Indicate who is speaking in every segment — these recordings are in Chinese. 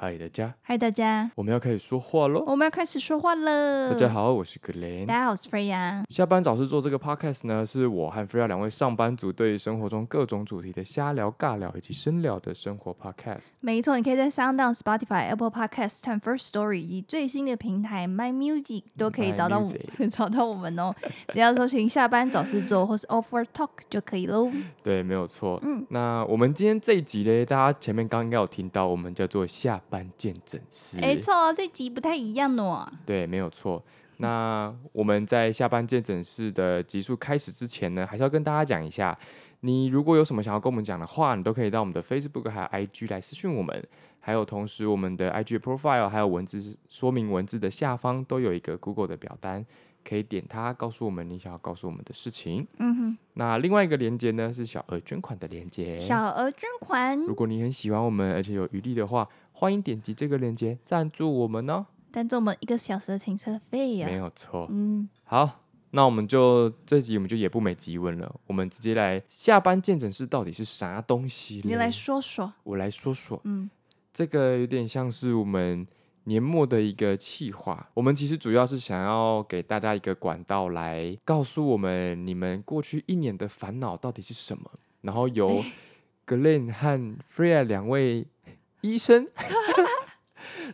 Speaker 1: 嗨，大家，
Speaker 2: 嗨，大家，
Speaker 1: 我们要开始说话喽！
Speaker 2: 我们要开始说话了。
Speaker 1: 大家，好，我是
Speaker 2: 哦大
Speaker 1: Glen。
Speaker 2: 家好，我是 Freya。
Speaker 1: 下班早市做这个 podcast 呢，是我和 Freya 两位上班族对于生活中各种主题的瞎聊、尬聊以及深聊的生活 podcast。
Speaker 2: 没错，你可以在 Sound On、Spotify、Apple Podcast 和 First Story 以及最新的平台 My Music 都可以
Speaker 1: My
Speaker 2: 找到我 找到我们哦。只要搜寻“下班找事做”或是 “Off Work Talk” 就可以喽。
Speaker 1: 对，没有错。
Speaker 2: 嗯，
Speaker 1: 那我们今天这一集呢，大家前面刚刚应该有听到，我们叫做下班见诊室。
Speaker 2: 没错，这集不太一样哦呢。
Speaker 1: 对，没有错。那我们在下班见诊室的集数开始之前呢，还是要跟大家讲一下，你如果有什么想要跟我们讲的话，你都可以到我们的 Facebook 还有 IG 来私讯我们。还有同时，我们的 IG profile 还有文字说明文字的下方都有一个 Google 的表单，可以点它告诉我们你想要告诉我们的事情。
Speaker 2: 嗯
Speaker 1: 那另外一个连接呢是小额捐款的连接
Speaker 2: 哼，。小额捐款，
Speaker 1: 如果你很喜欢我们，而且有余力的话，欢迎点击这个链接赞助我们哦。
Speaker 2: 但这我们一个小时的停车费
Speaker 1: 没
Speaker 2: 呀。
Speaker 1: 有错。
Speaker 2: 嗯，
Speaker 1: 好，那我们就这集我们就也不美提问了，我们直接来下班见诊室到底是啥东西？
Speaker 2: 你来，说说。
Speaker 1: 我来说说。
Speaker 2: 嗯，
Speaker 1: 这个有点像是我们年末的一个企划，我们其实主要是想要给大家一个管道来告诉我们你们过去一年的烦恼到底是什么，然后由
Speaker 2: 哎
Speaker 1: Glen 和 Freya 两位医生。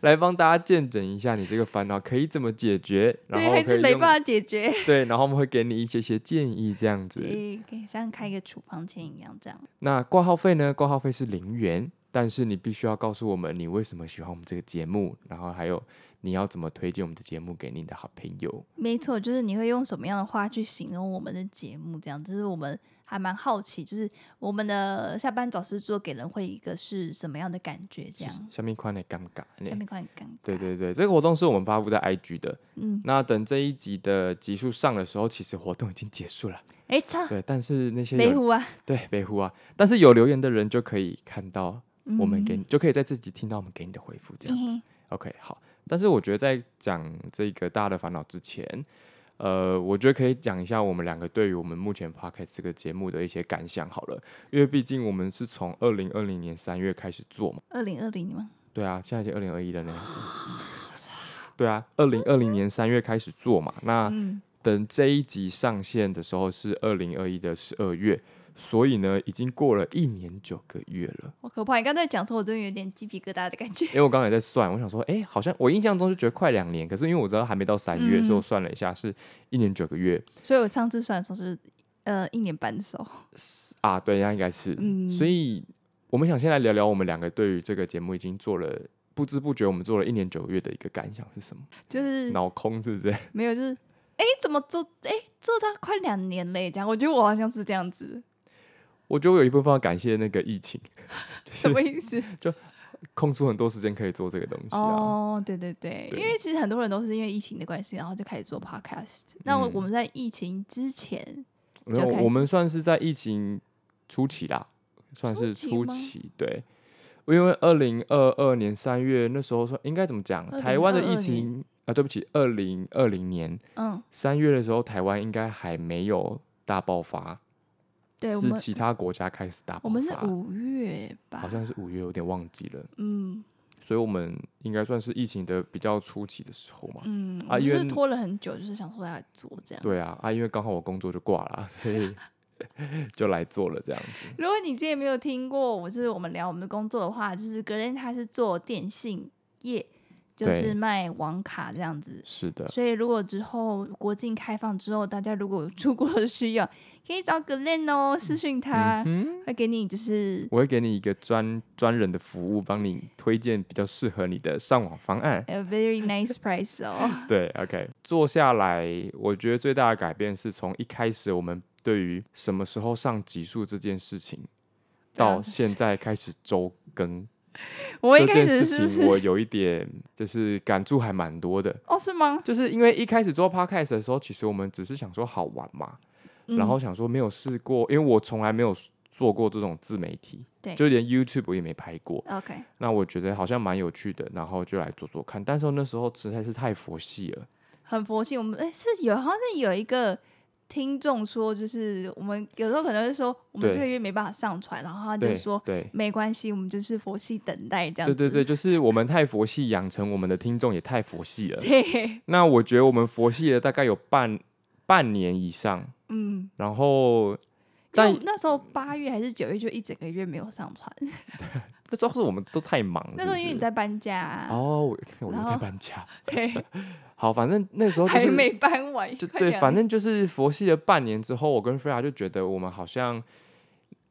Speaker 1: 来帮大家见证一下你这个烦恼可以怎么解决，然
Speaker 2: 对，
Speaker 1: 后
Speaker 2: 还
Speaker 1: 可
Speaker 2: 是
Speaker 1: 以
Speaker 2: 没
Speaker 1: 用
Speaker 2: 办法解决。
Speaker 1: 对，然后我们会给你一些些建议这样子。
Speaker 2: 对，可以像开一个处方签一样这样。
Speaker 1: 那挂号费呢？挂号费是零元，但是你必须要告诉我们你为什么喜欢我们这个节目，然后还有你要怎么推荐我们的节目给你的好朋友。
Speaker 2: 没错，就是你会用什么样的话去形容我们的节目？这样，就是我们还蛮好奇，就是我们的下班早市做给人会一个是什么样的感觉？这样，
Speaker 1: 下面宽的尴尬
Speaker 2: 下
Speaker 1: 呢
Speaker 2: 面？快点尴尬。
Speaker 1: 对，对对，这个活动是我们发布在 IG 的。
Speaker 2: 嗯，
Speaker 1: 那等这一集的集数上的时候，其实活动已经结束了。
Speaker 2: 哎，操，
Speaker 1: 对，但是那些
Speaker 2: 北
Speaker 1: 有
Speaker 2: 湖啊，
Speaker 1: 对北湖啊，但是有留言的人就可以看到我们给
Speaker 2: 嗯
Speaker 1: 你，就可以在这集听到我们给你的回复这样子。
Speaker 2: 嘿嘿
Speaker 1: OK，好。但是我觉得在讲这个大的烦恼之前，呃，我觉得可以讲一下我们两个对于我们目前 Podcast 这个节目的一些感想好了，因为毕竟我们是从二零二零年三月开始做嘛，
Speaker 2: 二零二零吗？
Speaker 1: 对啊，现在已经二零二一了呢。对啊，二零二零年三月开始做嘛，那
Speaker 2: 嗯，
Speaker 1: 等这一集上线的时候是二零二一的十二月，所以呢，已经过了一年九个月了。
Speaker 2: 好可怕！你刚才讲说，我真的有点鸡皮疙瘩的感觉。
Speaker 1: 因为我刚才在算，我想说，哎、好像我印象中就觉得快两年，可是因为我知道还没到三月，
Speaker 2: 嗯
Speaker 1: 所以我算了一下，是一年九个月
Speaker 2: 所以我上次算的时候是呃一年半的时候，
Speaker 1: 啊，对，那应该是，
Speaker 2: 嗯
Speaker 1: 所以我们想先来聊聊我们两个对于这个节目已经做了。不知不觉，我们做了一年九个月的一个感想是什么？
Speaker 2: 就是
Speaker 1: 脑空是不是？
Speaker 2: 没有，就是哎怎么做哎做到快两年嘞？这样，我觉得我好像是这样子，
Speaker 1: 我觉得我有一部分要感谢那个疫情，
Speaker 2: 什么意思？
Speaker 1: 空出很多时间可以做这个东西啊。
Speaker 2: 哦，对对对，
Speaker 1: 对
Speaker 2: 因为其实很多人都是因为疫情的关系，然后就开始做 podcast。那我
Speaker 1: 嗯
Speaker 2: 我们在疫情之前，
Speaker 1: 没有
Speaker 2: 就开，始
Speaker 1: 我们算是在疫情初期啦，算是初
Speaker 2: 初
Speaker 1: 期对。因为二零二二年三月那时候说应该怎么讲，台湾的疫
Speaker 2: 2022
Speaker 1: 情啊，对不起，二零二零年
Speaker 2: 嗯，
Speaker 1: 三月的时候，台湾应该还没有大爆发，
Speaker 2: 对我
Speaker 1: 是
Speaker 2: 们
Speaker 1: 其他国家开始大爆
Speaker 2: 我们是
Speaker 1: 发，
Speaker 2: 五月吧，
Speaker 1: 好像是五月，有点忘记了，
Speaker 2: 嗯
Speaker 1: 所以我们应该算是疫情的比较初期的时候嘛。
Speaker 2: 嗯，
Speaker 1: 啊
Speaker 2: 我们
Speaker 1: 因
Speaker 2: 就
Speaker 1: 为
Speaker 2: 是拖了很久，就是想说要做这样。
Speaker 1: 对啊，啊，因为刚好我工作就挂了啊，所以 就来做了这样子。
Speaker 2: 如果你之前没有听过，我就是我们聊我们的工作的话，就是格雷他是做电信业，就
Speaker 1: 对
Speaker 2: 是卖网卡这样子。
Speaker 1: 是的，
Speaker 2: 所以，如果之后国境开放之后，大家如果有出国的需要，可以找格雷哦，私讯他，
Speaker 1: 嗯哼。
Speaker 2: 会给你就是
Speaker 1: 我会给你一个专专人的服务，帮你推荐比较适合你的上网方案。
Speaker 2: a very nice price 哦。
Speaker 1: 对，OK，做下来，我觉得最大的改变是从一开始我们对于什么时候上集数这件事情，
Speaker 2: 对啊
Speaker 1: 到现在开始周更
Speaker 2: 我一
Speaker 1: 这
Speaker 2: 开
Speaker 1: 件事
Speaker 2: 始是不
Speaker 1: 情，
Speaker 2: 是？
Speaker 1: 我有一点就是感触还蛮多的。
Speaker 2: 哦，是吗？
Speaker 1: 就是因为一开始做 podcast 的时候，其实我们只是想说好玩嘛，
Speaker 2: 嗯
Speaker 1: 然后想说没有试过，因为我从来没有做过这种自媒体，
Speaker 2: 对
Speaker 1: 就连 YouTube 我也没拍过，
Speaker 2: OK，
Speaker 1: 那我觉得好像蛮有趣的，然后就来做做看。但是那时候实在是太佛系了，
Speaker 2: 很佛系。我们哎，是有好像是有一个听众说，就是我们有时候可能会说，我们
Speaker 1: 对
Speaker 2: 这个月没办法上传，然后他
Speaker 1: 对
Speaker 2: 就说
Speaker 1: 对。
Speaker 2: 没关系，我们就是佛系等待这样
Speaker 1: 对
Speaker 2: 子。
Speaker 1: 对对，就是我们太佛系，养成我们的听众也太佛系了。
Speaker 2: 对，
Speaker 1: 那我觉得我们佛系了大概有半半年以上，
Speaker 2: 嗯。
Speaker 1: 然后但
Speaker 2: 但那时候八月还是九月，就一整个月没有上传。
Speaker 1: 嗯那时候是我们都太忙了，
Speaker 2: 那时候
Speaker 1: 是不
Speaker 2: 因为你
Speaker 1: 是
Speaker 2: 在搬家啊，
Speaker 1: 哦，我我又
Speaker 2: 然
Speaker 1: 在
Speaker 2: 后
Speaker 1: 搬家。
Speaker 2: 对，
Speaker 1: 好，反正那 时候哦就
Speaker 2: 还
Speaker 1: 是
Speaker 2: 没搬完，
Speaker 1: 就
Speaker 2: 快
Speaker 1: 对，
Speaker 2: 两
Speaker 1: 反
Speaker 2: 年
Speaker 1: 正就是佛系了半年之后，我跟菲 r 就觉得我们好像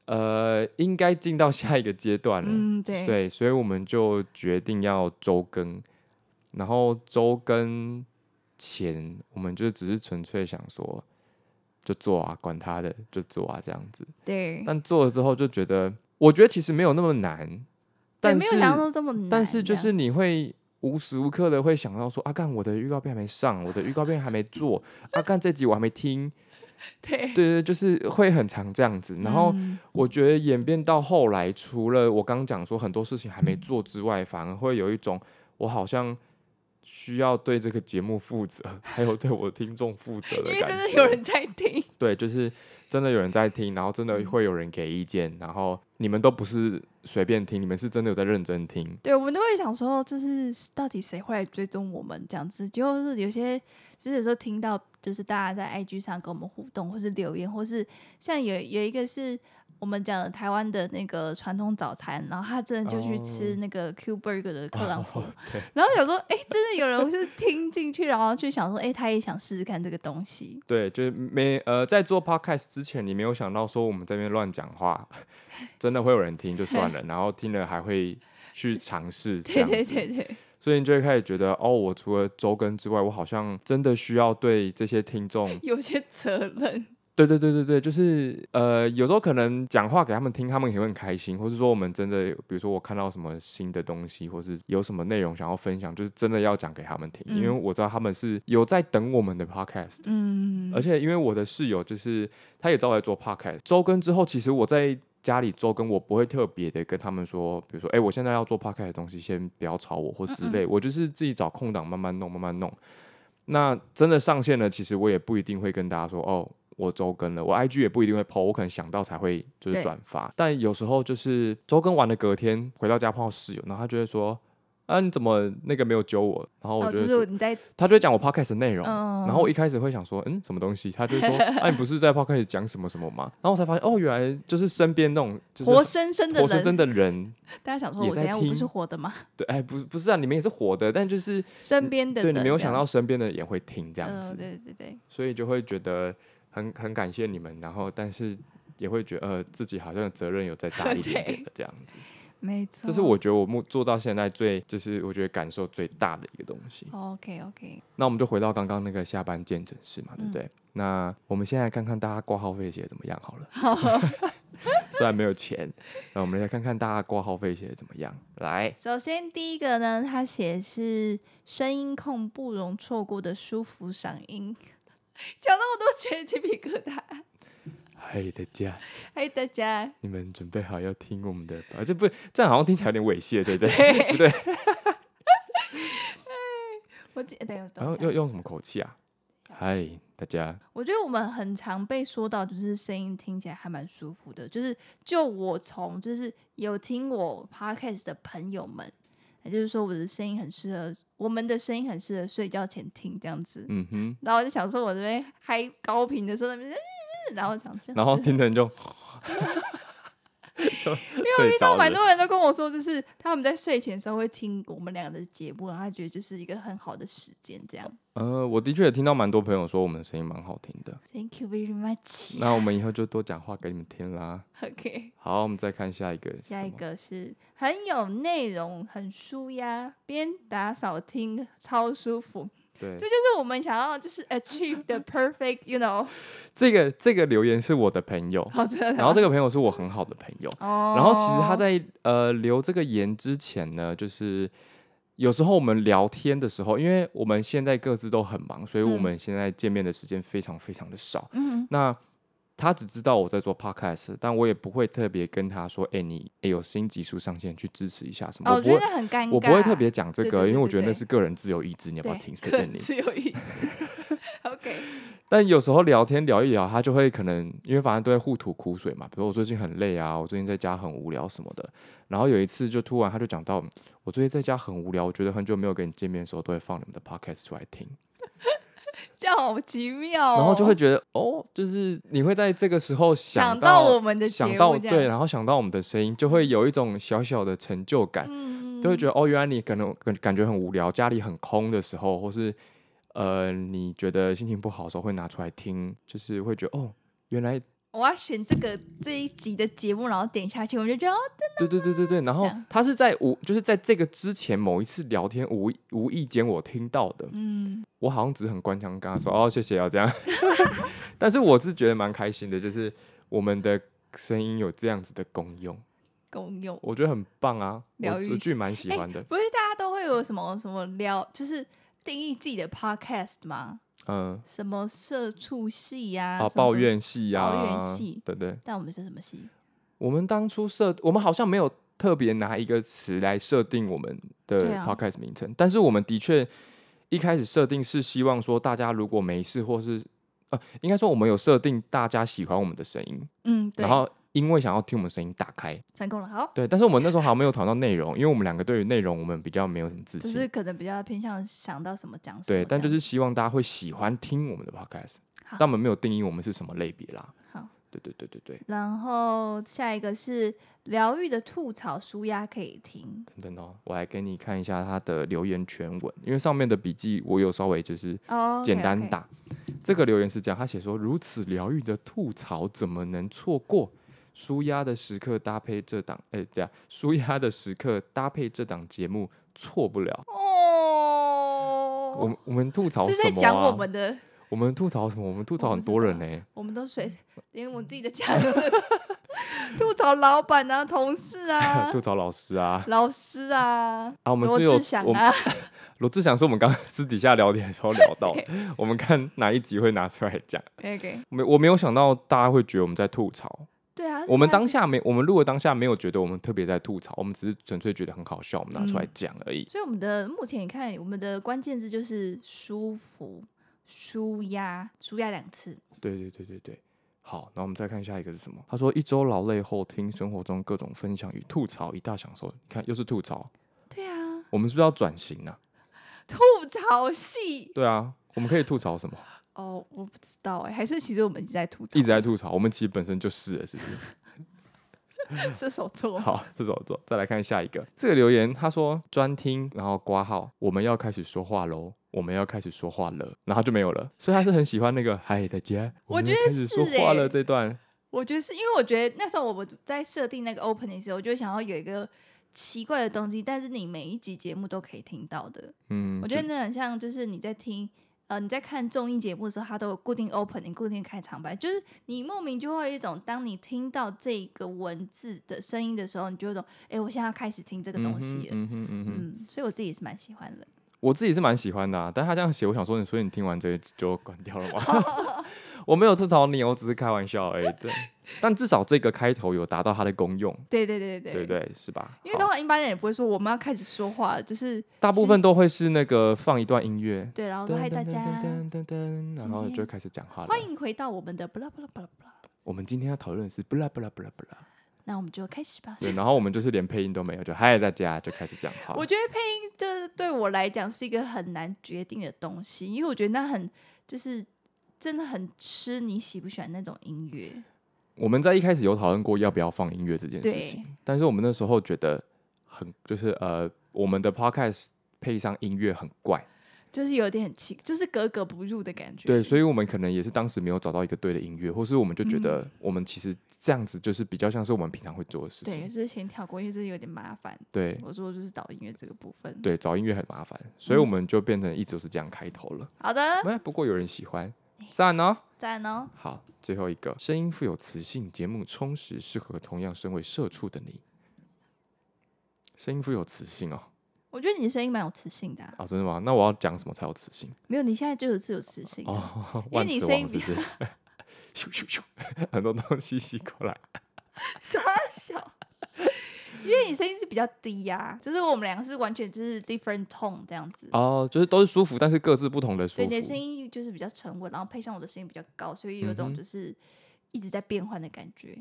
Speaker 1: 呃应该进到下一个阶段了，
Speaker 2: 嗯，对，
Speaker 1: 所以我们就决定要周更，然后周更前我们就只是纯粹想说就做啊，管他的就做啊这样子，
Speaker 2: 对，
Speaker 1: 但做了之后就觉得，我觉得其实没有那么难，
Speaker 2: 嗯对
Speaker 1: 但
Speaker 2: 没
Speaker 1: 是
Speaker 2: 有想象中这么难。
Speaker 1: 但是就
Speaker 2: 这样
Speaker 1: 是你会无时无刻的会想到说，啊，干我的预告片还没上，我的预告片还没做，啊，干这集我还没听，
Speaker 2: 对，
Speaker 1: 对对，对就是会很常这样子。然后
Speaker 2: 嗯
Speaker 1: 我觉得演变到后来，除了我刚讲说很多事情还没做之外，反而会有一种我好像。需要对这个节目负责， 还有对我的听众负责的
Speaker 2: 因为
Speaker 1: 感
Speaker 2: 真的
Speaker 1: 觉。
Speaker 2: 有人在听，
Speaker 1: 对，就是真的有人在听，然后真的
Speaker 2: 嗯
Speaker 1: 会有人给意见，然后你们都不是随便听，你们是真的有在认真听。
Speaker 2: 对，我们都会想说，就是到底谁会来追踪我们这样子？就是有些，就是有时候听到，就是大家在 IG 上跟我们互动，或是留言，或是像有有一个是我们讲的台湾的那个传统早餐，然后他真的就去
Speaker 1: 哦
Speaker 2: 吃那个 Q Burger 的克朗普，
Speaker 1: 哦，对，
Speaker 2: 然后想说，哎、真的有人就是听进去，然后就想说，哎、他也想试试看这个东西，
Speaker 1: 对，就是没呃，在做 podcast 之前，你没有想到说我们这边乱讲话， 真的会有人听就算 了，然后听了还会去尝试这
Speaker 2: 对
Speaker 1: 样
Speaker 2: 对
Speaker 1: 子，
Speaker 2: 对对
Speaker 1: 所以你就会开始觉得，哦，我除了周更之外，我好像真的需要对这些听众，
Speaker 2: 有些责任，
Speaker 1: 对对对对对，就是呃，有时候可能讲话给他们听，他们也会很开心，或是说我们真的，比如说我看到什么新的东西，或是有什么内容想要分享，就是真的要讲给他们听，因为
Speaker 2: 嗯
Speaker 1: 我知道他们是有在等我们的 podcast。
Speaker 2: 嗯，
Speaker 1: 而且因为我的室友就是他也找我来做 podcast，周更之后，其实我在家里周更，我不会特别的跟他们说，比如说，哎、我现在要做 podcast 的东西，先不要吵我或之
Speaker 2: 嗯
Speaker 1: 类，我就是自己找空档慢慢弄，慢慢弄。那真的上线了，其实我也不一定会跟大家说，哦，我周更了，我 IG 也不一定会 PO，我可能想到才会就是
Speaker 2: 对
Speaker 1: 转发。但有时候就是周更完的隔天回到家碰到室友，然后他就会说。啊，你怎么那个没有揪我？然后我
Speaker 2: 哦，
Speaker 1: 就
Speaker 2: 就
Speaker 1: 会
Speaker 2: 是
Speaker 1: 说
Speaker 2: 你在
Speaker 1: 他就会讲我 podcast 的内容，
Speaker 2: 嗯
Speaker 1: 然后我一开始会想说，嗯，什么东西？他就会 说，啊，你不是在 podcast 讲什么什么吗？然后我才发现，哦，原来就是身边那种就是
Speaker 2: 活生生的
Speaker 1: 活
Speaker 2: 人，
Speaker 1: 生生的人，
Speaker 2: 大家想说，
Speaker 1: 也
Speaker 2: 我等
Speaker 1: 在
Speaker 2: 一下我不是
Speaker 1: 听
Speaker 2: 活的吗？
Speaker 1: 对，哎，不是不是啊，你们也是活的，但就是
Speaker 2: 身边的
Speaker 1: 对
Speaker 2: 人，
Speaker 1: 你没有想
Speaker 2: 这样
Speaker 1: 到身边的也会听这样
Speaker 2: 嗯
Speaker 1: 子，
Speaker 2: 对对对，
Speaker 1: 所以就会觉得很很感谢你们，然后但是也会觉得呃自己好像责任有再大一 点点的这样子，
Speaker 2: 没错。
Speaker 1: 这是我觉得我目做到现在最就是我觉得感受最大的一个东西。
Speaker 2: OK OK，
Speaker 1: 那我们就回到刚刚那个下班见诊室嘛，对不
Speaker 2: 嗯
Speaker 1: 对？那我们现在看看大家挂号费写得怎么样好了。 虽然没有钱，那我们来看看大家挂号费写得怎么样。来，
Speaker 2: 首先第一个呢，他写是声音控不容错过的舒服嗓音， 讲到我都觉得鸡皮疙瘩。
Speaker 1: 嗨大家，
Speaker 2: 嗨，大家，
Speaker 1: 你们准备好要听我们的吧？这不这样好像听起来有点猥亵，对不对？
Speaker 2: 对
Speaker 1: 对
Speaker 2: 我记等一下
Speaker 1: 然
Speaker 2: 等
Speaker 1: 后
Speaker 2: 一下
Speaker 1: 要用什么口气啊？嗨大家，
Speaker 2: 我觉得我们很常被说到，就是声音听起来还蛮舒服的。就是就我从就是有听我 podcast 的朋友们，也就是说我的声音很适合，我们的声音很适合睡觉前听这样子。
Speaker 1: 嗯哼。
Speaker 2: 然后我就想说，我这边嗨高频的时候，那边嗯然后讲这样，
Speaker 1: 然后听的 人就就睡
Speaker 2: 遇到
Speaker 1: 着
Speaker 2: 蛮
Speaker 1: 了。
Speaker 2: 多人都跟我说，就是他们在睡前的时候会听我们俩的节目，然后他觉得就是一个很好的时间，这样。
Speaker 1: 呃，我的确也听到蛮多朋友说我们的声音蛮好听的。
Speaker 2: Thank you very much。
Speaker 1: 那我们以后就多讲话给你们听啦。
Speaker 2: OK，
Speaker 1: 好，我们再看下一个。
Speaker 2: 下一，个是很有内容，很舒压，边打扫听超舒服，
Speaker 1: 对
Speaker 2: 这，就是我们想要就是 achieve the perfect，you know，
Speaker 1: 这个这个留言是我的朋友，
Speaker 2: 好的。
Speaker 1: 然后这个朋友是我很好的朋友。
Speaker 2: 哦，
Speaker 1: 然后其实他在呃留这个言之前呢，就是有时候我们聊天的时候，因为我们现在各自都很忙，所以我
Speaker 2: 嗯
Speaker 1: 们现在见面的时间非常非常的少。
Speaker 2: 嗯
Speaker 1: 那他只知道我在做 podcast，但我也不会特别跟他说，哎、你哎、有新集数上线去支持一下什么，
Speaker 2: 哦，
Speaker 1: 我
Speaker 2: 我
Speaker 1: 不
Speaker 2: 觉
Speaker 1: 会
Speaker 2: 得很尴尬，
Speaker 1: 我不会特别讲这
Speaker 2: 对
Speaker 1: 个，
Speaker 2: 对
Speaker 1: 因为
Speaker 2: 对
Speaker 1: 我
Speaker 2: 对
Speaker 1: 觉得那
Speaker 2: 对
Speaker 1: 是个人自由意志，你要不
Speaker 2: 对
Speaker 1: 要听随便你。
Speaker 2: 只有一次 ，OK。给
Speaker 1: 但有时候聊天聊一聊，他就会可能因为反正都会互吐苦水嘛，比如我最近很累啊，我最近在家很无聊什么的。然后有一次就突然他就讲到，嗯我最近在家很无聊，我觉得很久没有跟你见面的时候，都会放你们的 podcast 出来听，
Speaker 2: 这样好奇妙、哦。
Speaker 1: 然后就会觉得哦，就是你会在这个时候想
Speaker 2: 想
Speaker 1: 到
Speaker 2: 我们的节
Speaker 1: 想
Speaker 2: 目
Speaker 1: 到
Speaker 2: 这
Speaker 1: 对，
Speaker 2: 样，
Speaker 1: 然后想到我们的声音，就会有一种小小的成就感。
Speaker 2: 嗯，
Speaker 1: 就会觉得哦，原来你可能感感觉很无聊，家里很空的时候，或是呃你觉得心情不好的时候，会拿出来听，就是会觉得哦，原来
Speaker 2: 我要选这个这一集的节目，然后点下去，我就觉得哦
Speaker 1: 对对对对对。然后
Speaker 2: 这样
Speaker 1: 他是在无就是在这个之前某一次聊天无意无意间我听到的，
Speaker 2: 嗯，
Speaker 1: 我好像只是很官腔跟他说哦谢谢啊这样， 但是我是觉得蛮开心的，就是我们的声音有这样子的功用，
Speaker 2: 共用。
Speaker 1: 我觉得很棒啊，我
Speaker 2: 疗愈
Speaker 1: 我剧蛮喜
Speaker 2: 哎
Speaker 1: 欢的，
Speaker 2: 不是大家都会有什么什么聊，就是定义自己的 podcast 吗？
Speaker 1: 嗯、
Speaker 2: 什么社畜系呀、
Speaker 1: 啊
Speaker 2: 什么
Speaker 1: 抱
Speaker 2: 什么。
Speaker 1: 怨戏呀、
Speaker 2: 抱怨
Speaker 1: 啊
Speaker 2: 系，
Speaker 1: 对对。
Speaker 2: 但我们是什么系？
Speaker 1: 我们当初设，我们好像没有特别拿一个词来设定我们
Speaker 2: 对
Speaker 1: 的
Speaker 2: 啊
Speaker 1: podcast 名称，但是我们的确一开始设定是希望说，大家如果没事或是呃，应该说我们有设定大家喜欢我们的声音，
Speaker 2: 嗯，对
Speaker 1: 然，后因为想要听我们声音打开，
Speaker 2: 成功了。好，
Speaker 1: 对，但是我们那时候好像没有讨论到内容，因为我们两个对于内容我们比较没有什么自
Speaker 2: 就
Speaker 1: 信，
Speaker 2: 是可能比较偏向想到什么讲什么这
Speaker 1: 对，
Speaker 2: 样。
Speaker 1: 但就是希望大家会喜欢听我们的 podcast，
Speaker 2: 好
Speaker 1: 但我们没有定义我们是什么类别啦，
Speaker 2: 好。
Speaker 1: 对对对对对，
Speaker 2: 然后下一个是疗愈的吐槽，舒压可以听
Speaker 1: 等等哦，我来给你看一下他的留言全文，因为上面的笔记我有稍微就是
Speaker 2: 哦
Speaker 1: 简单。打。这个留言是这样，他写说：“如此疗愈的吐槽怎么能错过？舒压的时刻搭配这档，哎、对啊，舒压的时刻搭配这档节目错不了。
Speaker 2: 哦，
Speaker 1: 我们我们吐槽
Speaker 2: 是
Speaker 1: 什
Speaker 2: 在
Speaker 1: 么、啊？
Speaker 2: 讲我们的，
Speaker 1: 我们吐槽什么？我们吐槽
Speaker 2: 我
Speaker 1: 很
Speaker 2: 不
Speaker 1: 多
Speaker 2: 知
Speaker 1: 人呢、
Speaker 2: 道我们都随连我自己的家人 都吐槽老板啊、同事 啊、
Speaker 1: 吐槽老师啊
Speaker 2: 老师啊、
Speaker 1: 啊！我们是不
Speaker 2: 罗
Speaker 1: 是有
Speaker 2: 志祥
Speaker 1: 我们
Speaker 2: 啊，
Speaker 1: 罗志祥是我们刚 刚私底下聊天的时候聊到的，我们看哪一集会拿出来讲。
Speaker 2: 可以可以，
Speaker 1: 没，我没有想到大家会觉得我们在吐槽。
Speaker 2: 对啊，
Speaker 1: 我们
Speaker 2: 现在
Speaker 1: 当下没，我们录的当下没有觉得我们特别在吐槽，我们只是纯粹觉得很好笑，我们拿出来
Speaker 2: 嗯
Speaker 1: 讲而已。
Speaker 2: 所以我们的目前你看，我们的关键字就是舒服、舒压、舒压两次。
Speaker 1: 对对对对对。好，那我们再看下一个是什么？他说一周劳累后，听生活中各种分享与吐槽，一大享受。你看，又是吐槽，
Speaker 2: 对啊，
Speaker 1: 我们是不是要转型啊？
Speaker 2: 吐槽系
Speaker 1: 对啊，我们可以吐槽什么？
Speaker 2: 哦，我不知道哎、还是其实我们一直在吐槽
Speaker 1: 一直在吐槽，我们其实本身就是了，是不是？
Speaker 2: 射手 座。
Speaker 1: 好，射手座，再来看下一个。这个留言他说专听，然后挂号，我们要开始说话喽，我们要开始说话了，然后就没有了。所以他是很喜欢那个嗨，大家，
Speaker 2: 我
Speaker 1: 们
Speaker 2: 觉
Speaker 1: 要
Speaker 2: 得
Speaker 1: 开始说
Speaker 2: 是
Speaker 1: 话了
Speaker 2: 欸
Speaker 1: 这段。
Speaker 2: 我觉得是因为我觉得那时候我在设定那个 opening 的时候，我就想要有一个奇怪的东西，但是你每一集节目都可以听到的。
Speaker 1: 嗯，
Speaker 2: 我觉得那很像，就是你在听，呃，你在看综艺节目的时候，它都有固定 opening、固定开场白，就是你莫名就会有一种，当你听到这个文字的声音的时候，你就有一种，哎、我现在要开始听这个东西了。
Speaker 1: 嗯哼嗯哼嗯哼，
Speaker 2: 嗯所以我自己也是蛮喜欢的。
Speaker 1: 我自己是蛮喜欢的、啊，但他这样写，我想说，你所以你听完这个就关掉了吗？
Speaker 2: 哦
Speaker 1: 我没有吐槽你，我只是开玩笑而已。对，但至少这个开头有达到它的功用，
Speaker 2: 对对对对
Speaker 1: 对不对？是吧？
Speaker 2: 因为
Speaker 1: 好
Speaker 2: 通常一般人也不会说我们要开始说话了，就是
Speaker 1: 大部分都会是那个放一段音乐，
Speaker 2: 对，然后说
Speaker 1: 噔
Speaker 2: 哦嗨大
Speaker 1: 噔噔
Speaker 2: 家，
Speaker 1: 噔噔噔，然
Speaker 2: 今
Speaker 1: 后就
Speaker 2: 天
Speaker 1: 开始讲话了。
Speaker 2: 欢迎回到我们的不啦不啦不啦不啦，
Speaker 1: 我们今天要讨论的是不啦不啦不啦不 啦，
Speaker 2: 那我们就开始吧。
Speaker 1: 对，然后我们就是连配音都没有，就嗨大家就开始讲话。
Speaker 2: 我觉得配音就是对我来讲是一个很难决定的东西，因为我觉得那很就是真的很吃你喜不喜欢那种音乐。
Speaker 1: 我们在一开始有讨论过要不要放音乐这件事
Speaker 2: 对
Speaker 1: 情，但是我们那时候觉得很就是呃，我们的 podcast 配上音乐很怪，
Speaker 2: 就是有点很奇，就是格格不入的感觉。
Speaker 1: 对，所以我们可能也是当时没有找到一个对的音乐，或是我们就觉
Speaker 2: 嗯
Speaker 1: 得我们其实这样子就是比较像是我们平常会做的事
Speaker 2: 对，
Speaker 1: 情，
Speaker 2: 就是先跳过，因为这有点麻烦。
Speaker 1: 对
Speaker 2: 我说就是导音乐这个部分。，
Speaker 1: 对，找音乐很麻烦，
Speaker 2: 嗯
Speaker 1: 所以我们就变成一直都是这样开头了。
Speaker 2: 好的，
Speaker 1: 哎，不过有人喜欢，赞哦。
Speaker 2: 赞哦。
Speaker 1: 好，最后一个，声音富有磁性，节目充实，适合同样身为社畜的你。声音富有磁性哦，
Speaker 2: 我觉得你的声音蛮有磁性的啊、
Speaker 1: 啊，真的吗？那我要讲什么才有磁 性？
Speaker 2: 没有，你现在就是有磁性的。啊
Speaker 1: 哦，
Speaker 2: 因为
Speaker 1: 万
Speaker 2: 你
Speaker 1: 磁
Speaker 2: 声音
Speaker 1: 王是不是？ 咻咻咻，很多东西吸过来。
Speaker 2: 傻小，因为你声音是比较低呀、就是我们两个是完全就是 different tone 这样子。
Speaker 1: 哦，就是都是舒服，但是各自不同的舒
Speaker 2: 对，
Speaker 1: 服。
Speaker 2: 你的声音就是比较沉稳，然后配上我的声音比较高，所以有一
Speaker 1: 嗯
Speaker 2: 种
Speaker 1: 哼
Speaker 2: 就是一直在变换的感觉。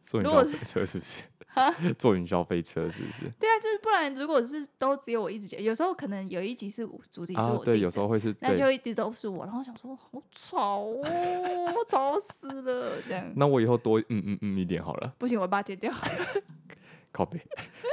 Speaker 1: 坐云
Speaker 2: 如
Speaker 1: 霄
Speaker 2: 果是
Speaker 1: 飞车是不 是？坐云霄飞车是不是？
Speaker 2: 对啊，就是不然如果是都只有我一直讲，有时候可能有一集是主题是
Speaker 1: 啊
Speaker 2: 我，
Speaker 1: 对，
Speaker 2: 定
Speaker 1: 有
Speaker 2: 的
Speaker 1: 时候会是
Speaker 2: 那
Speaker 1: 对。
Speaker 2: 就一直都是我，然后想说好吵哦，吵死了这样。
Speaker 1: 那我以后多嗯嗯嗯一点好了，
Speaker 2: 不行，我把它剪掉。
Speaker 1: 靠背。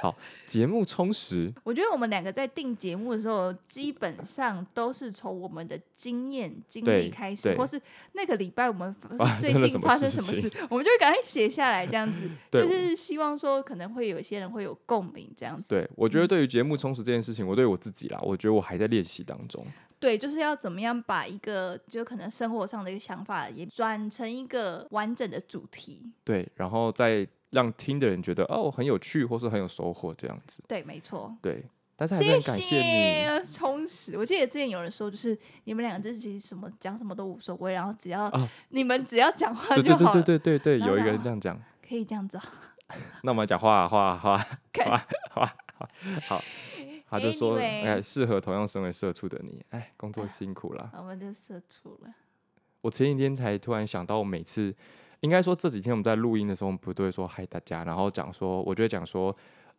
Speaker 1: 好，节目充实，
Speaker 2: 我觉得我们两个在定节目的时候，基本上都是从我们的经验、经
Speaker 1: 对
Speaker 2: 历开始，
Speaker 1: 对
Speaker 2: 或是那个礼拜我们发
Speaker 1: 发
Speaker 2: 最
Speaker 1: 生了什
Speaker 2: 近
Speaker 1: 么
Speaker 2: 发生
Speaker 1: 事
Speaker 2: 什么
Speaker 1: 情
Speaker 2: 事，我们就会赶快写下来，这样子，
Speaker 1: 对
Speaker 2: 就
Speaker 1: 我
Speaker 2: 是希望说可能会有一些人会有共鸣，这样子。
Speaker 1: 对我觉得对于节目充实这件事情，我对我自己啦，我觉得我还在练习当中。
Speaker 2: 对，就是要怎么样把一个就可能生活上的一个想法，也转成一个完整的主题。
Speaker 1: 对，然后再让听的人觉得哦很有趣，或是很有收获这样子。
Speaker 2: 对，没错。
Speaker 1: 对，但是还是
Speaker 2: 谢
Speaker 1: 很感谢你。
Speaker 2: 谢 充实。我记得之前有人说，就是你们两个就是其实什么讲什么都无所谓，然后只要、
Speaker 1: 啊
Speaker 2: 你们只要讲话
Speaker 1: 对
Speaker 2: 就
Speaker 1: 对
Speaker 2: 好了，
Speaker 1: 对对对对对，
Speaker 2: 然
Speaker 1: 有
Speaker 2: 后
Speaker 1: 一个人
Speaker 2: 呢
Speaker 1: 这样讲，
Speaker 2: 可以这样子 啊。
Speaker 1: 那我们来讲话话话
Speaker 2: 看
Speaker 1: 话话好，他就说
Speaker 2: Anyway
Speaker 1: 哎，适合同样身为社畜的你，哎，工作辛苦啦。
Speaker 2: 我们就社畜了。
Speaker 1: 我前几天才突然想到，我每次应该说这几天我们在录音的时候，我们不对说嗨大家，然后讲说，我就会讲说，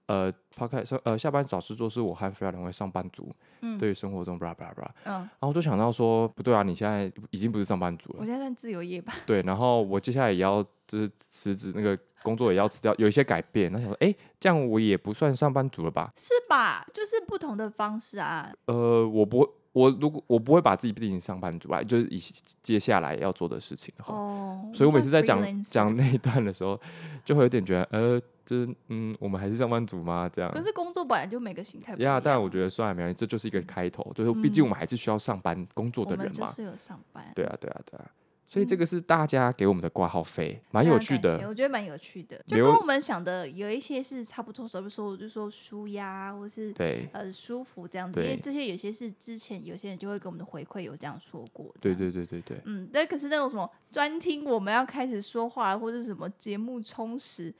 Speaker 1: 呃 p o d c a 呃下班找事做是我和 f r e d 两位上班族，
Speaker 2: 嗯
Speaker 1: 对于生活中 blah blah blah，
Speaker 2: 嗯，
Speaker 1: 然后我就想到说，不对啊，你现在已经不是上班族
Speaker 2: 我
Speaker 1: 了，
Speaker 2: 现在算自由业吧。
Speaker 1: 对，然后我接下来也要就是辞职，那个工作也要辞掉，有一些改变，那想说，哎，这样我也不算上班族了吧？
Speaker 2: 是吧？就是不同的方式啊。
Speaker 1: 呃，我不会。我如果我不会把自己定成上班族吧，就是以接下来要做的事情的话，
Speaker 2: 哦，
Speaker 1: 所以我每
Speaker 2: 算
Speaker 1: 次在讲
Speaker 2: freelancer
Speaker 1: 讲那一段的时候，就会有点觉得，呃，就是嗯，我们还是上班族吗？这样
Speaker 2: 可。是工作本来就每个形态不一
Speaker 1: 呀
Speaker 2: 样。啊
Speaker 1: 但我觉得算了，没关系，这就是一个开头，就是毕竟
Speaker 2: 嗯
Speaker 1: 我们还是需要上班工作的
Speaker 2: 我们
Speaker 1: 人啊
Speaker 2: 就
Speaker 1: 嘛。
Speaker 2: 是有上班，
Speaker 1: 对啊，对啊，对啊。所以这个是大家给我们的挂号费，蛮
Speaker 2: 非
Speaker 1: 有
Speaker 2: 常
Speaker 1: 趣
Speaker 2: 感谢
Speaker 1: 的。
Speaker 2: 我觉得蛮有趣的，就
Speaker 1: 留
Speaker 2: 跟我们想的有一些是差不多，所以说就说舒压或是
Speaker 1: 对，
Speaker 2: 呃舒服这样子，因
Speaker 1: 对
Speaker 2: 为这些有些是之前有些人就会给我们的回馈有这样说过，
Speaker 1: 对。对对对对。
Speaker 2: 嗯，但可是那种什么专听我们要开始说话，或者什么节目充实，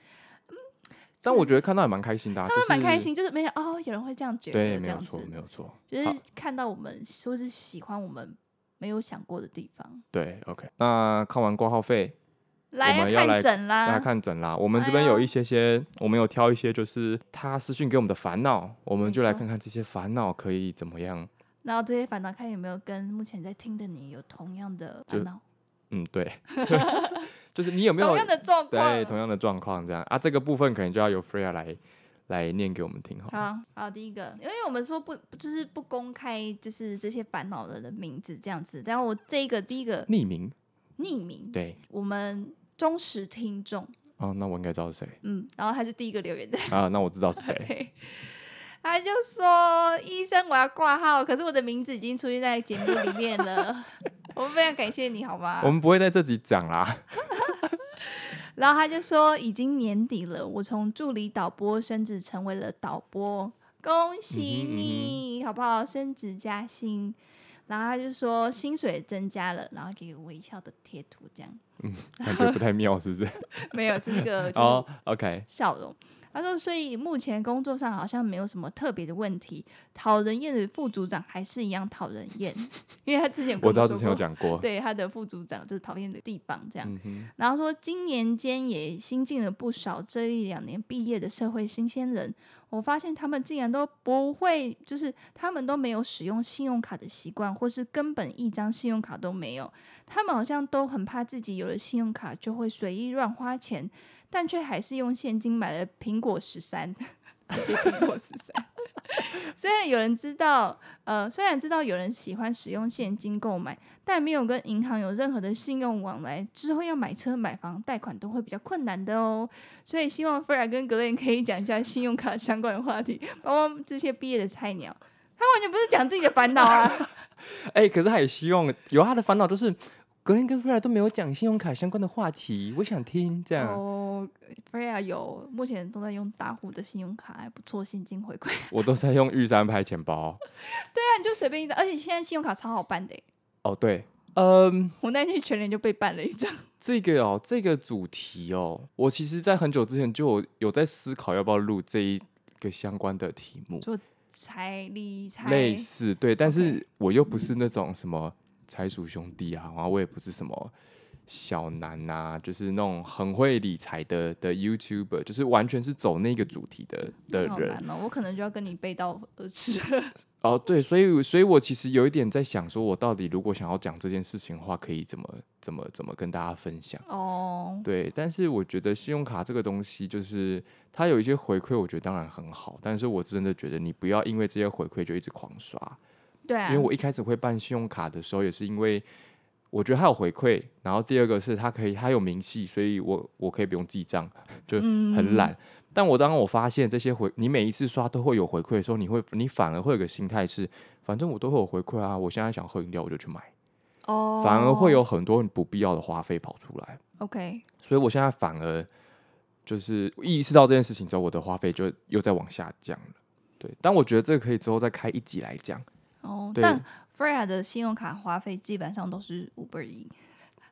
Speaker 1: 但我觉得看到也蛮开心的、啊，
Speaker 2: 他
Speaker 1: 就
Speaker 2: 们蛮开
Speaker 1: 是。
Speaker 2: 心，就是没想哦，有人会这样觉得，
Speaker 1: 对，
Speaker 2: 这
Speaker 1: 没有
Speaker 2: 样子
Speaker 1: 错，，没有错。
Speaker 2: 就
Speaker 1: 好
Speaker 2: 是看到我们说是喜欢我们没有想过的地方，
Speaker 1: 对，OK。那看完挂号费，
Speaker 2: 来
Speaker 1: 们
Speaker 2: 啊
Speaker 1: 要来
Speaker 2: 看诊
Speaker 1: 大家
Speaker 2: 啦，
Speaker 1: 看诊啦。我们这
Speaker 2: 哎
Speaker 1: 边有
Speaker 2: 呦
Speaker 1: 一些些，我们有挑一些，就是他私讯给我们的烦恼，我们
Speaker 2: 没
Speaker 1: 就来
Speaker 2: 错
Speaker 1: 看看这些烦恼可以怎么样。
Speaker 2: 然后这些烦恼看有没有跟目前在听的你有同样的
Speaker 1: 就
Speaker 2: 烦恼，
Speaker 1: 嗯，对， 就是你有没有
Speaker 2: 同样的状
Speaker 1: 对
Speaker 2: 况。
Speaker 1: 同样的状况这样啊？这个部分可能就要由 Freya 来来念给我们听好了。
Speaker 2: 好好，第一个，因为我们说不就是不公开，就是这些烦恼人的名字这样子。但我这一个第一个
Speaker 1: 匿名，
Speaker 2: 匿名，
Speaker 1: 对，
Speaker 2: 我们忠实听众，
Speaker 1: 哦，那我应该知道是谁
Speaker 2: 嗯，然后他是第一个留言的，
Speaker 1: 啊？那我知道是谁，
Speaker 2: 对， 他就说医生我要挂号，可是我的名字已经出现在节目里面 了，我非常感谢你好吗
Speaker 1: 我？们不会在这集讲 啦。
Speaker 2: 然后他就说已经年底了，我从助理导播升职成为了导播，恭喜
Speaker 1: 嗯哼
Speaker 2: 你、好不好？升职加薪。然后他就说薪水增加了，然后给个微笑的贴图，这样
Speaker 1: 感觉不太妙，是不 是？
Speaker 2: 没有这个就是
Speaker 1: 哦，OK，
Speaker 2: 笑容。他说，所以目前工作上好像没有什么特别的问题，讨人厌的副组长还是一样讨人厌， 因为他之前有跟
Speaker 1: 我知道
Speaker 2: 说
Speaker 1: 之前有
Speaker 2: 过
Speaker 1: 讲过。
Speaker 2: 对啊他的副组长就是讨厌的地方这样。
Speaker 1: 嗯哼，
Speaker 2: 然后说，今年间也新进了不少这一两年毕业的社会新鲜人，我发现他们竟然都不会，就是他们都没有使用信用卡的习惯，或是根本一张信用卡都没有。他们好像都很怕自己有了信用卡就会随意乱花钱，但却还是用现金买了苹果十三， 而且苹果十三。 虽然有人知道，呃，虽然知道有人喜欢使用现金购买，但没有跟银行有任何的信用往来，之后要买车、买房、贷款都会比较困难的哦。所以希望菲尔跟格雷可以讲一下信用卡相关的话题，包括这些毕业的菜鸟，他完全不是讲自己的烦恼 啊。
Speaker 1: 哎，可是他也希望有他的烦恼，就是格林跟 Freya 都没有讲信用卡相关的话题，我想听这样。
Speaker 2: 哦，菲尔有目前都在用大户的信用卡，还不错，现金回馈。 对
Speaker 1: 我都在用玉山拍钱包。
Speaker 2: 啊，你就随便一张，而且现在信用卡超好办的欸，
Speaker 1: 哦，对，嗯，
Speaker 2: 我那天去全年就被办了一 张，
Speaker 1: 这个哦，这个主题哦，我其实在很久之前就有有在思考要不要录这一个相关的题目，
Speaker 2: 财理财
Speaker 1: 类似对，但
Speaker 2: OK
Speaker 1: 是我又不是那种什么财叔兄弟啊，然后我也不是什么小南呐、就是那种很会理财的的 YouTuber，就是完全是走那个主题的的
Speaker 2: 好
Speaker 1: 人。
Speaker 2: 难哦，我可能就要跟你背道而驰。
Speaker 1: 哦，对，所以所以我其实有一点在想，说我到底如果想要讲这件事情的话，可以怎么怎么怎么跟大家分享。
Speaker 2: 哦，
Speaker 1: 对，但是我觉得信用卡这个东西，就是它有一些回馈，我觉得当然很好，但是我真的觉得你不要因为这些回馈就一直狂刷，
Speaker 2: 对啊，
Speaker 1: 因为我一开始会办信用卡的时候，也是因为我觉得它有回馈，然后第二个是它可以它有明细，所以我我可以不用记账，就很懒。但我当我发现这些回，你每一次刷都会有回馈的时候，你会你反而会有个心态是，反正我都会有回馈啊，我现在想喝饮料我就去买，
Speaker 2: 哦，
Speaker 1: 反而会有很多不必要的花费跑出来。
Speaker 2: OK，
Speaker 1: 所以我现在反而就是意识到这件事情之后，我的花费就又在往下降了。对，但我觉得这个可以之后再开一集来讲。
Speaker 2: 哦，
Speaker 1: 对
Speaker 2: 但 Freya 的信用卡花费基本上都是五 b e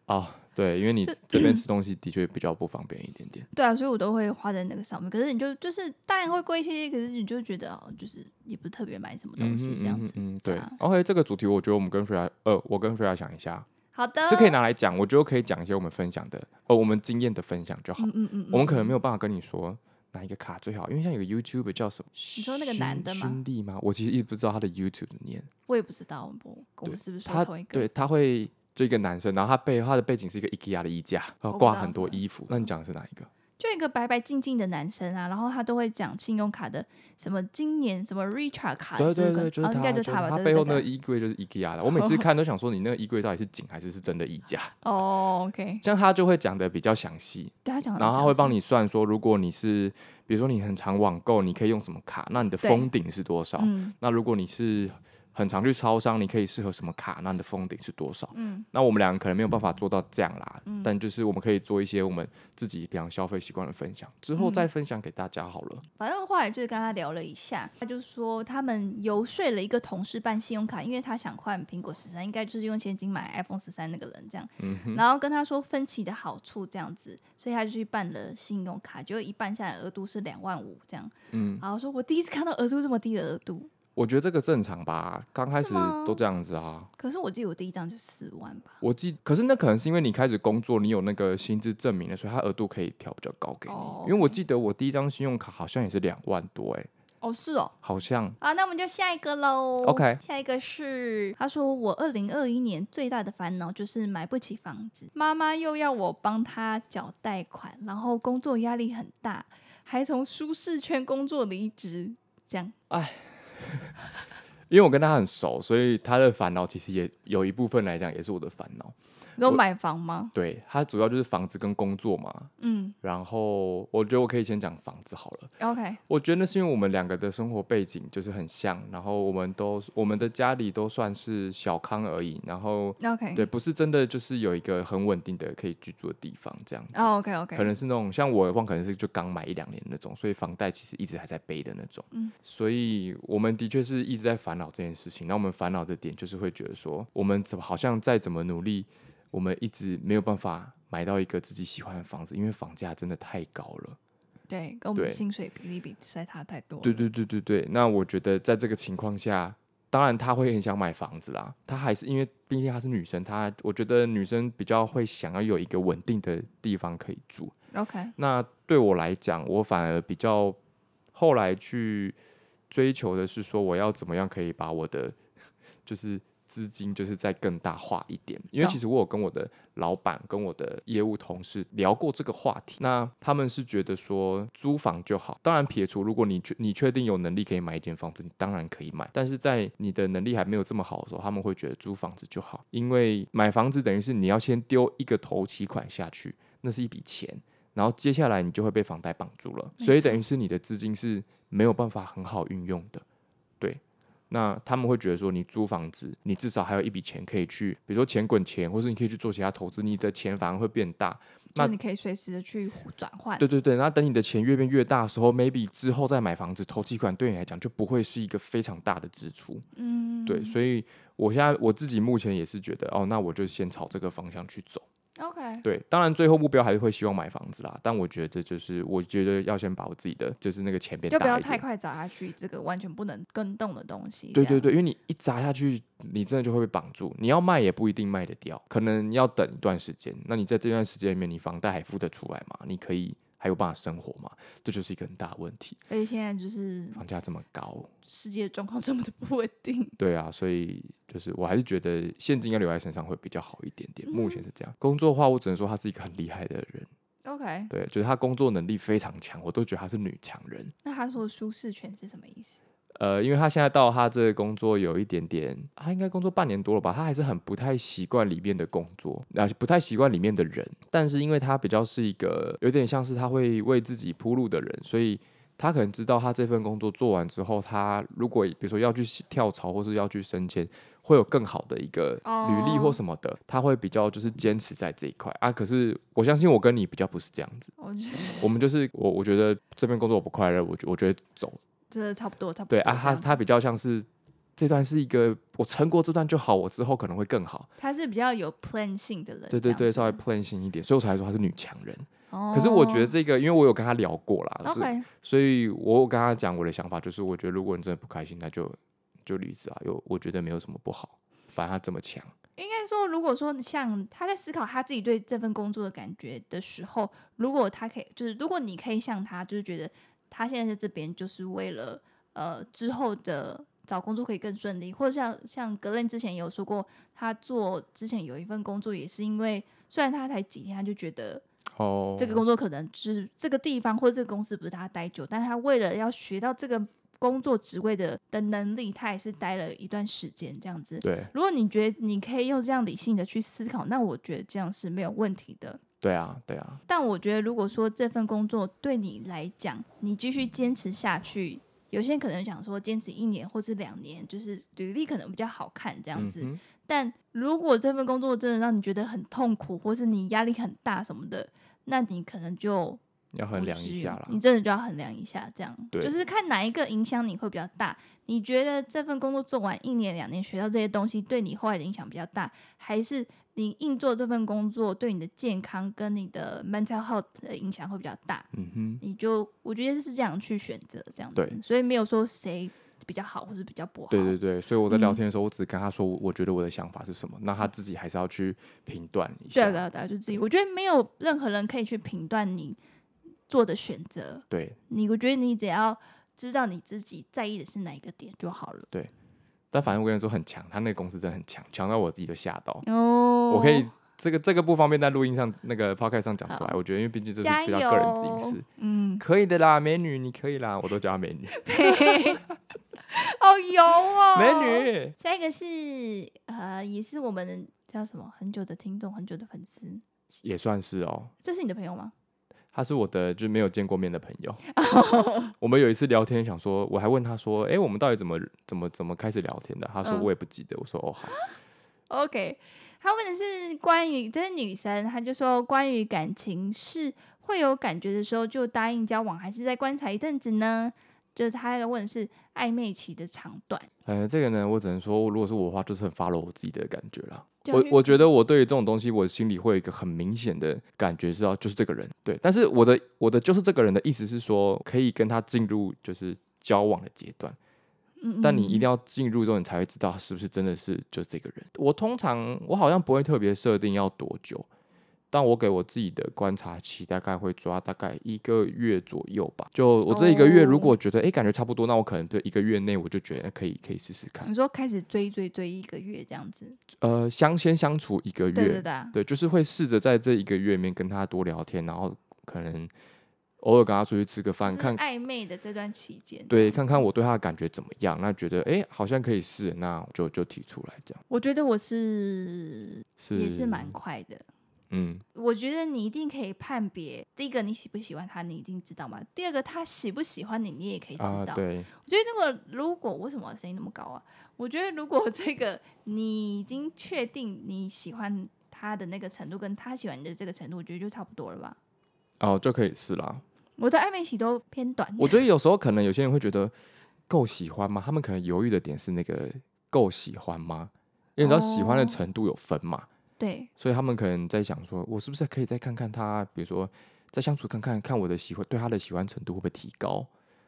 Speaker 1: 哦，对，因为你
Speaker 2: 就
Speaker 1: 这 边吃东西的确比较不方便一点点。
Speaker 2: 对啊，所以我都会花在那个上面。可是你就就是当然会贵一些，可是你就觉得哦，就是也不是特别买什么东西这样子。
Speaker 1: 嗯哼，嗯哼嗯对。
Speaker 2: 啊
Speaker 1: OK，这个主题我觉得我们跟 Freya，呃，我跟 Freya 想一下，
Speaker 2: 好的，
Speaker 1: 是可以拿来讲。我觉得可以讲一些我们分享的，呃，我们经验的分享就好。
Speaker 2: 嗯嗯嗯，
Speaker 1: 我们可能没
Speaker 2: 有。
Speaker 1: 有办法跟你说哪一个卡最好，因为像有个 YouTube 叫什么，
Speaker 2: 你说那个男的吗
Speaker 1: 勋弟吗？我其实一直不知道他的 YouTube 的念。
Speaker 2: 我也不知道，我们我们是不是
Speaker 1: 他
Speaker 2: 说同一个？
Speaker 1: 对他会就一个男生，然后他背他的背景是一个 IKEA 的衣架，然
Speaker 2: 我
Speaker 1: 后
Speaker 2: 不知
Speaker 1: 挂
Speaker 2: 道
Speaker 1: 很多衣服。那你讲的是哪一个？
Speaker 2: 就一个白白净净的男生啊，然后他都会讲信用卡的什么今年什么 Richard 卡
Speaker 1: 对
Speaker 2: 是
Speaker 1: 对
Speaker 2: 不是
Speaker 1: 对，
Speaker 2: 跟
Speaker 1: 就是
Speaker 2: 哦，应
Speaker 1: 他，
Speaker 2: 该就
Speaker 1: 就是是
Speaker 2: 他吧，
Speaker 1: 他
Speaker 2: 对
Speaker 1: 背后
Speaker 2: 对
Speaker 1: 那个
Speaker 2: 对
Speaker 1: 衣柜就是 IKEA 的。我 每次看都想说，你那个衣柜到底是景还是是真的衣架？
Speaker 2: 哦，OK，
Speaker 1: 像他就会讲的比较详细，
Speaker 2: 对他讲的，
Speaker 1: 然后他会帮
Speaker 2: 你，
Speaker 1: 你算说，如果你是比如说你很常网购，你可以用什么卡？那你的
Speaker 2: 对
Speaker 1: 封顶是多少？
Speaker 2: 嗯
Speaker 1: 那如果你是很常去超商，你可以适合什么卡？那你的封顶是多少？
Speaker 2: 嗯，
Speaker 1: 那我们两个可能没有办法做到这样啦，
Speaker 2: 嗯
Speaker 1: 但就是我们可以做一些我们自己平常消费习惯的分享，之
Speaker 2: 嗯
Speaker 1: 后再分享给大家好了。
Speaker 2: 反正后来就是跟他聊了一下，他就说他们游说了一个同事办信用卡，因为他想换苹果十三，应该就是用现金买 iPhone 十三那个人这样，
Speaker 1: 嗯哼，
Speaker 2: 然后跟他说分期的好处这样子，所以他就去办了信用卡，结果一办下来额度是两万五这样，
Speaker 1: 嗯，
Speaker 2: 然后说我第一次看到额度这么低的额度，
Speaker 1: 我觉得这个正常吧，刚开始
Speaker 2: 是吗
Speaker 1: 都这样子啊。
Speaker 2: 可是我记得我第一张就四万吧。
Speaker 1: 我记，可是那可能是因为你开始工作，你有那个薪资证明了，所以它额度可以调比较高给你。
Speaker 2: 哦
Speaker 1: 因为我记得我第一张信用卡好像也是两万多、欸，哎，
Speaker 2: 哦，是哦。
Speaker 1: 好像
Speaker 2: 好，那我们就下一个喽。
Speaker 1: OK
Speaker 2: 下一个是他说我二零二一年最大的烦恼就是买不起房子，妈妈又要我帮她缴贷款，然后工作压力很大，还从舒适圈工作离职，这样
Speaker 1: 因为我跟他很熟，所以他的烦恼其实也有一部分来讲也是我的烦恼。
Speaker 2: 你说
Speaker 1: 我
Speaker 2: 买房吗？
Speaker 1: 对，他主要就是房子跟工作嘛。
Speaker 2: 嗯
Speaker 1: 然后我觉得我可以先讲房子好了。
Speaker 2: ，OK，
Speaker 1: 我觉得那是因为我们两个的生活背景就是很像，然后我们都我们的家里都算是小康而已，然后
Speaker 2: OK，
Speaker 1: 对，不是真的就是有一个很稳定的可以居住的地方这样子。
Speaker 2: 哦，OK OK，
Speaker 1: 可能是那种像我的话，可能是就刚买一两年那种，所以房贷其实一直还在背的那种。
Speaker 2: 嗯
Speaker 1: 所以我们的确是一直在烦恼这件事情。那我们烦恼的点就是会觉得说，我们怎么好像再怎么努力，我们一直没有办法买到一个自己喜欢的房子，因为房价真的太高了。
Speaker 2: 对，跟我们的
Speaker 1: 对
Speaker 2: 薪水比例比实在差太多了。
Speaker 1: 对对对对对，那我觉得在这个情况下，当然她会很想买房子啦。她还是因为毕竟她是女生，她我觉得女生比较会想要有一个稳定的地方可以住。
Speaker 2: ，OK，
Speaker 1: 那对我来讲，我反而比较后来去追求的是说，我要怎么样可以把我的 就是资金就是再更大化一点。因为
Speaker 2: 懂
Speaker 1: 其实我有跟我的老板跟我的业务同事聊过这个话题，那他们是觉得说租房就好。当然撇除如果你确你确定有能力可以买一间房子，你当然可以买。但是在你的能力还没有这么好的时候，他们会觉得租房子就好，因为买房子等于是你要先丢一个头期款下去，那是一笔钱。然后接下来你就会被房贷绑住了，
Speaker 2: 没
Speaker 1: 所以
Speaker 2: 错
Speaker 1: 等于是你的资金是没有办法很好运用的。对，那他们会觉得说，你租房子，你至少还有一笔钱可以去，比如说钱滚钱，或者你可以去做其他投资，你的钱反而会变大。那
Speaker 2: 就你可以随时的去转换。
Speaker 1: 对对对，然后等你的钱越变越大的时候，maybe 之后再买房子投期款，对你来讲就不会是一个非常大的支出。
Speaker 2: 嗯，
Speaker 1: 对，所以我现在我自己目前也是觉得，哦，那我就先朝这个方向去走。
Speaker 2: OK，
Speaker 1: 对，当然最后目标还是会希望买房子啦，但我觉得就是我觉得要先把我自己的就是那个钱变
Speaker 2: 就不
Speaker 1: 大
Speaker 2: 要
Speaker 1: 一
Speaker 2: 太
Speaker 1: 点。
Speaker 2: 快砸下去这个完全不能跟动的东西。
Speaker 1: 对
Speaker 2: 这
Speaker 1: 对
Speaker 2: 样，
Speaker 1: 对，因为你一砸下去，你真的就会被绑住。你要卖也不一定卖得掉，可能要等一段时间。那你在这段时间里面，你房贷还付得出来吗？你可以还有办法生活吗？这就是一个很大的问题。
Speaker 2: 而且现在就是
Speaker 1: 房价这么高，
Speaker 2: 世界状况这么的不稳 定。
Speaker 1: 对啊，所以就是我还是觉得现金要留在身上会比较好一点点。目前是这
Speaker 2: 嗯
Speaker 1: 样。工作的话，我只能说他是一个很厉害的人，
Speaker 2: OK，
Speaker 1: 对，就是他工作能力非常强，我都觉得他是女强人。
Speaker 2: 那他说的舒适圈是什么意思？
Speaker 1: 呃，因为他现在到他这个工作有一点点，他应该工作半年多了吧，他还是很不太习惯里面的工作，啊，不太习惯里面的人。但是因为他比较是一个有点像是他会为自己铺路的人，所以他可能知道他这份工作做完之后，他如果比如说要去跳槽或是要去升迁，会有更好的一个履历或
Speaker 2: 哦
Speaker 1: 什么的，他会比较就是坚持在这一块啊。可是我相信我跟你比较不是这样子，
Speaker 2: 我就 是
Speaker 1: 我们就是我我觉得这份工作我不快乐，我觉我觉得走。
Speaker 2: 真的差不多，差不多
Speaker 1: 对
Speaker 2: 这
Speaker 1: 啊，
Speaker 2: 样。
Speaker 1: 他他比较像是这段是一个我撑过这段就好，我之后可能会更好。
Speaker 2: 他是比较有 plan 性的人。
Speaker 1: 对对
Speaker 2: 这
Speaker 1: 对，
Speaker 2: 样子
Speaker 1: 稍微 plan 性一点，所以我才说她是女强人。
Speaker 2: 哦、
Speaker 1: 可是我觉得这个，因为我有跟她聊过啦，这
Speaker 2: OK，
Speaker 1: 所以我有跟她讲我的想法，就是我觉得如果你真的不开心，那就就离职啊，有我觉得没有什么不好，反正她这么强。
Speaker 2: 应该说，如果说像他在思考他自己对这份工作的感觉的时候，如果他可以，就是如果你可以像他，就是觉得他现在在这边就是为了呃之后的找工作可以更顺利，或者像像格伦之前有说过，他做之前有一份工作也是因为虽然他才几天，他就觉得
Speaker 1: 哦，
Speaker 2: 这个工作可能就是这个地方或者这个公司不是他待久，但他为了要学到这个工作职位的的能力，他也是待了一段时间这样子。
Speaker 1: 对
Speaker 2: 如果你觉得你可以用这样理性的去思考，那我觉得这样是没有问题的。
Speaker 1: 对啊，对啊，
Speaker 2: 但我觉得，如果说这份工作对你来讲，你继续坚持下去，有些人可能想说坚持一年或是两年，就是履历可能比较好看这
Speaker 1: 这
Speaker 2: 样子。
Speaker 1: 嗯哼、
Speaker 2: 但如果这份工作真的让你觉得很痛苦，或是你压力很大什么的，那你可能就
Speaker 1: 要衡
Speaker 2: 不
Speaker 1: 量
Speaker 2: 至
Speaker 1: 一
Speaker 2: 于
Speaker 1: 下啦。
Speaker 2: 你真的就要衡量一下，这样
Speaker 1: 对
Speaker 2: 就是看哪一个影响你会比较大。你觉得这份工作做完一年两年学到这些东西，对你后来的影响比较大，还是你硬做这份工作对你的健康跟你的 mental health 的影响会比较大？
Speaker 1: 嗯哼，
Speaker 2: 你就我觉得是这样去选择这样子
Speaker 1: 对，
Speaker 2: 所以没有说谁比较好或是比较不好。
Speaker 1: 对对对，所以我在聊
Speaker 2: 嗯
Speaker 1: 天的时候，我只跟她说我我觉得我的想法是什么，那她自己还是要去评断一
Speaker 2: 对
Speaker 1: 下。
Speaker 2: 啊，对啊，对啊，就自己。我觉得没有任何人可以去评断你做的选择。
Speaker 1: 对，
Speaker 2: 你，我觉得你只要知道你自己在意的是哪一个点就好了。
Speaker 1: 但反正我跟你说很强，他那个公司真的很强，强到我自己都吓到。
Speaker 2: 哦，
Speaker 1: 我可以这个这个不方便在录音上那个 podcast 上讲出来，
Speaker 2: 好
Speaker 1: 我觉得因为毕竟这是
Speaker 2: 加
Speaker 1: 比
Speaker 2: 油，
Speaker 1: 较个人的隐私。
Speaker 2: 嗯，
Speaker 1: 可以的啦，美女，你可以啦，我都叫她美女，
Speaker 2: 哦好油哦，
Speaker 1: 美。女。
Speaker 2: 下一个是呃，也是我们叫什么很久的听众，很久的粉丝。
Speaker 1: 也算是哦。
Speaker 2: 这是你的朋友吗？
Speaker 1: 她是我的就是没有见过面的朋友。
Speaker 2: 哦
Speaker 1: 我们有一次聊天，想说我还问她说，哎、我们到底怎么怎么怎么开始聊天的？她说
Speaker 2: 嗯
Speaker 1: 我也不记得。我说哦好，
Speaker 2: OK，他问的是关于这是女生，她就说关于感情是会有感觉的时候就答应交往，还是再观察一阵子呢？就是他问的是暧昧期的长短，
Speaker 1: 呃，这个呢，我只能说，如果是我的话，就是很 follow 我自己的感觉啦。
Speaker 2: 就
Speaker 1: 我
Speaker 2: 是
Speaker 1: 我觉得我对于这种东西，我心里会有一个很明显的感觉，知道就是这个人对。但是我的我的就是这个人的意思是说，可以跟他进入就是交往的阶段，
Speaker 2: 嗯，
Speaker 1: 但你一定
Speaker 2: 要
Speaker 1: 要进入之后，你才会知道是不是真的是就这个人。我通常我好像不会特别设定要多久，但我给我自己的观察期大概会抓大概一个月左右吧。就我这一个月，
Speaker 2: 哦
Speaker 1: 如果觉得诶感觉差不多，那我可能对一个月内我就觉得可以可以试试看
Speaker 2: 你。说开始追追追一个月这样子，
Speaker 1: 呃，相先相处一个月，
Speaker 2: 对对对啊、
Speaker 1: 对，就是会试着在这一个月里面跟他多聊天，然后可能偶尔跟他出去吃个饭，
Speaker 2: 就是
Speaker 1: 看
Speaker 2: 暧昧的这段期间，
Speaker 1: 对，看看我对他的感觉怎么样。那觉得哎、诶好像可以试，那我就就提出来这样。
Speaker 2: 我觉得我是
Speaker 1: 是
Speaker 2: 也是蛮快的，
Speaker 1: 嗯，
Speaker 2: 我觉得你一定可以判别，第一个你喜不喜欢他，你一定知道嘛。第二个他喜不喜欢你，你也可以知
Speaker 1: 啊，
Speaker 2: 道。
Speaker 1: 对，
Speaker 2: 我觉得如果如果为什么我声音那么高啊？我觉得如果这个你已经确定你喜欢他的那个程度，跟他喜欢你的这个程度，我觉得就差不多了吧。
Speaker 1: 哦，就可以是啦。
Speaker 2: 我的暧昧期都偏短，
Speaker 1: 我觉得有时候可能有些人会觉得够喜欢吗？他们可能犹豫的点是那个够喜欢吗？因为你知道喜欢的
Speaker 2: 哦
Speaker 1: 程度有分嘛，
Speaker 2: 对
Speaker 1: 所以他们可能在想说，我是不是可以再看看他，比如说再相处看看，看我的喜欢对他的喜欢程度会不会提高？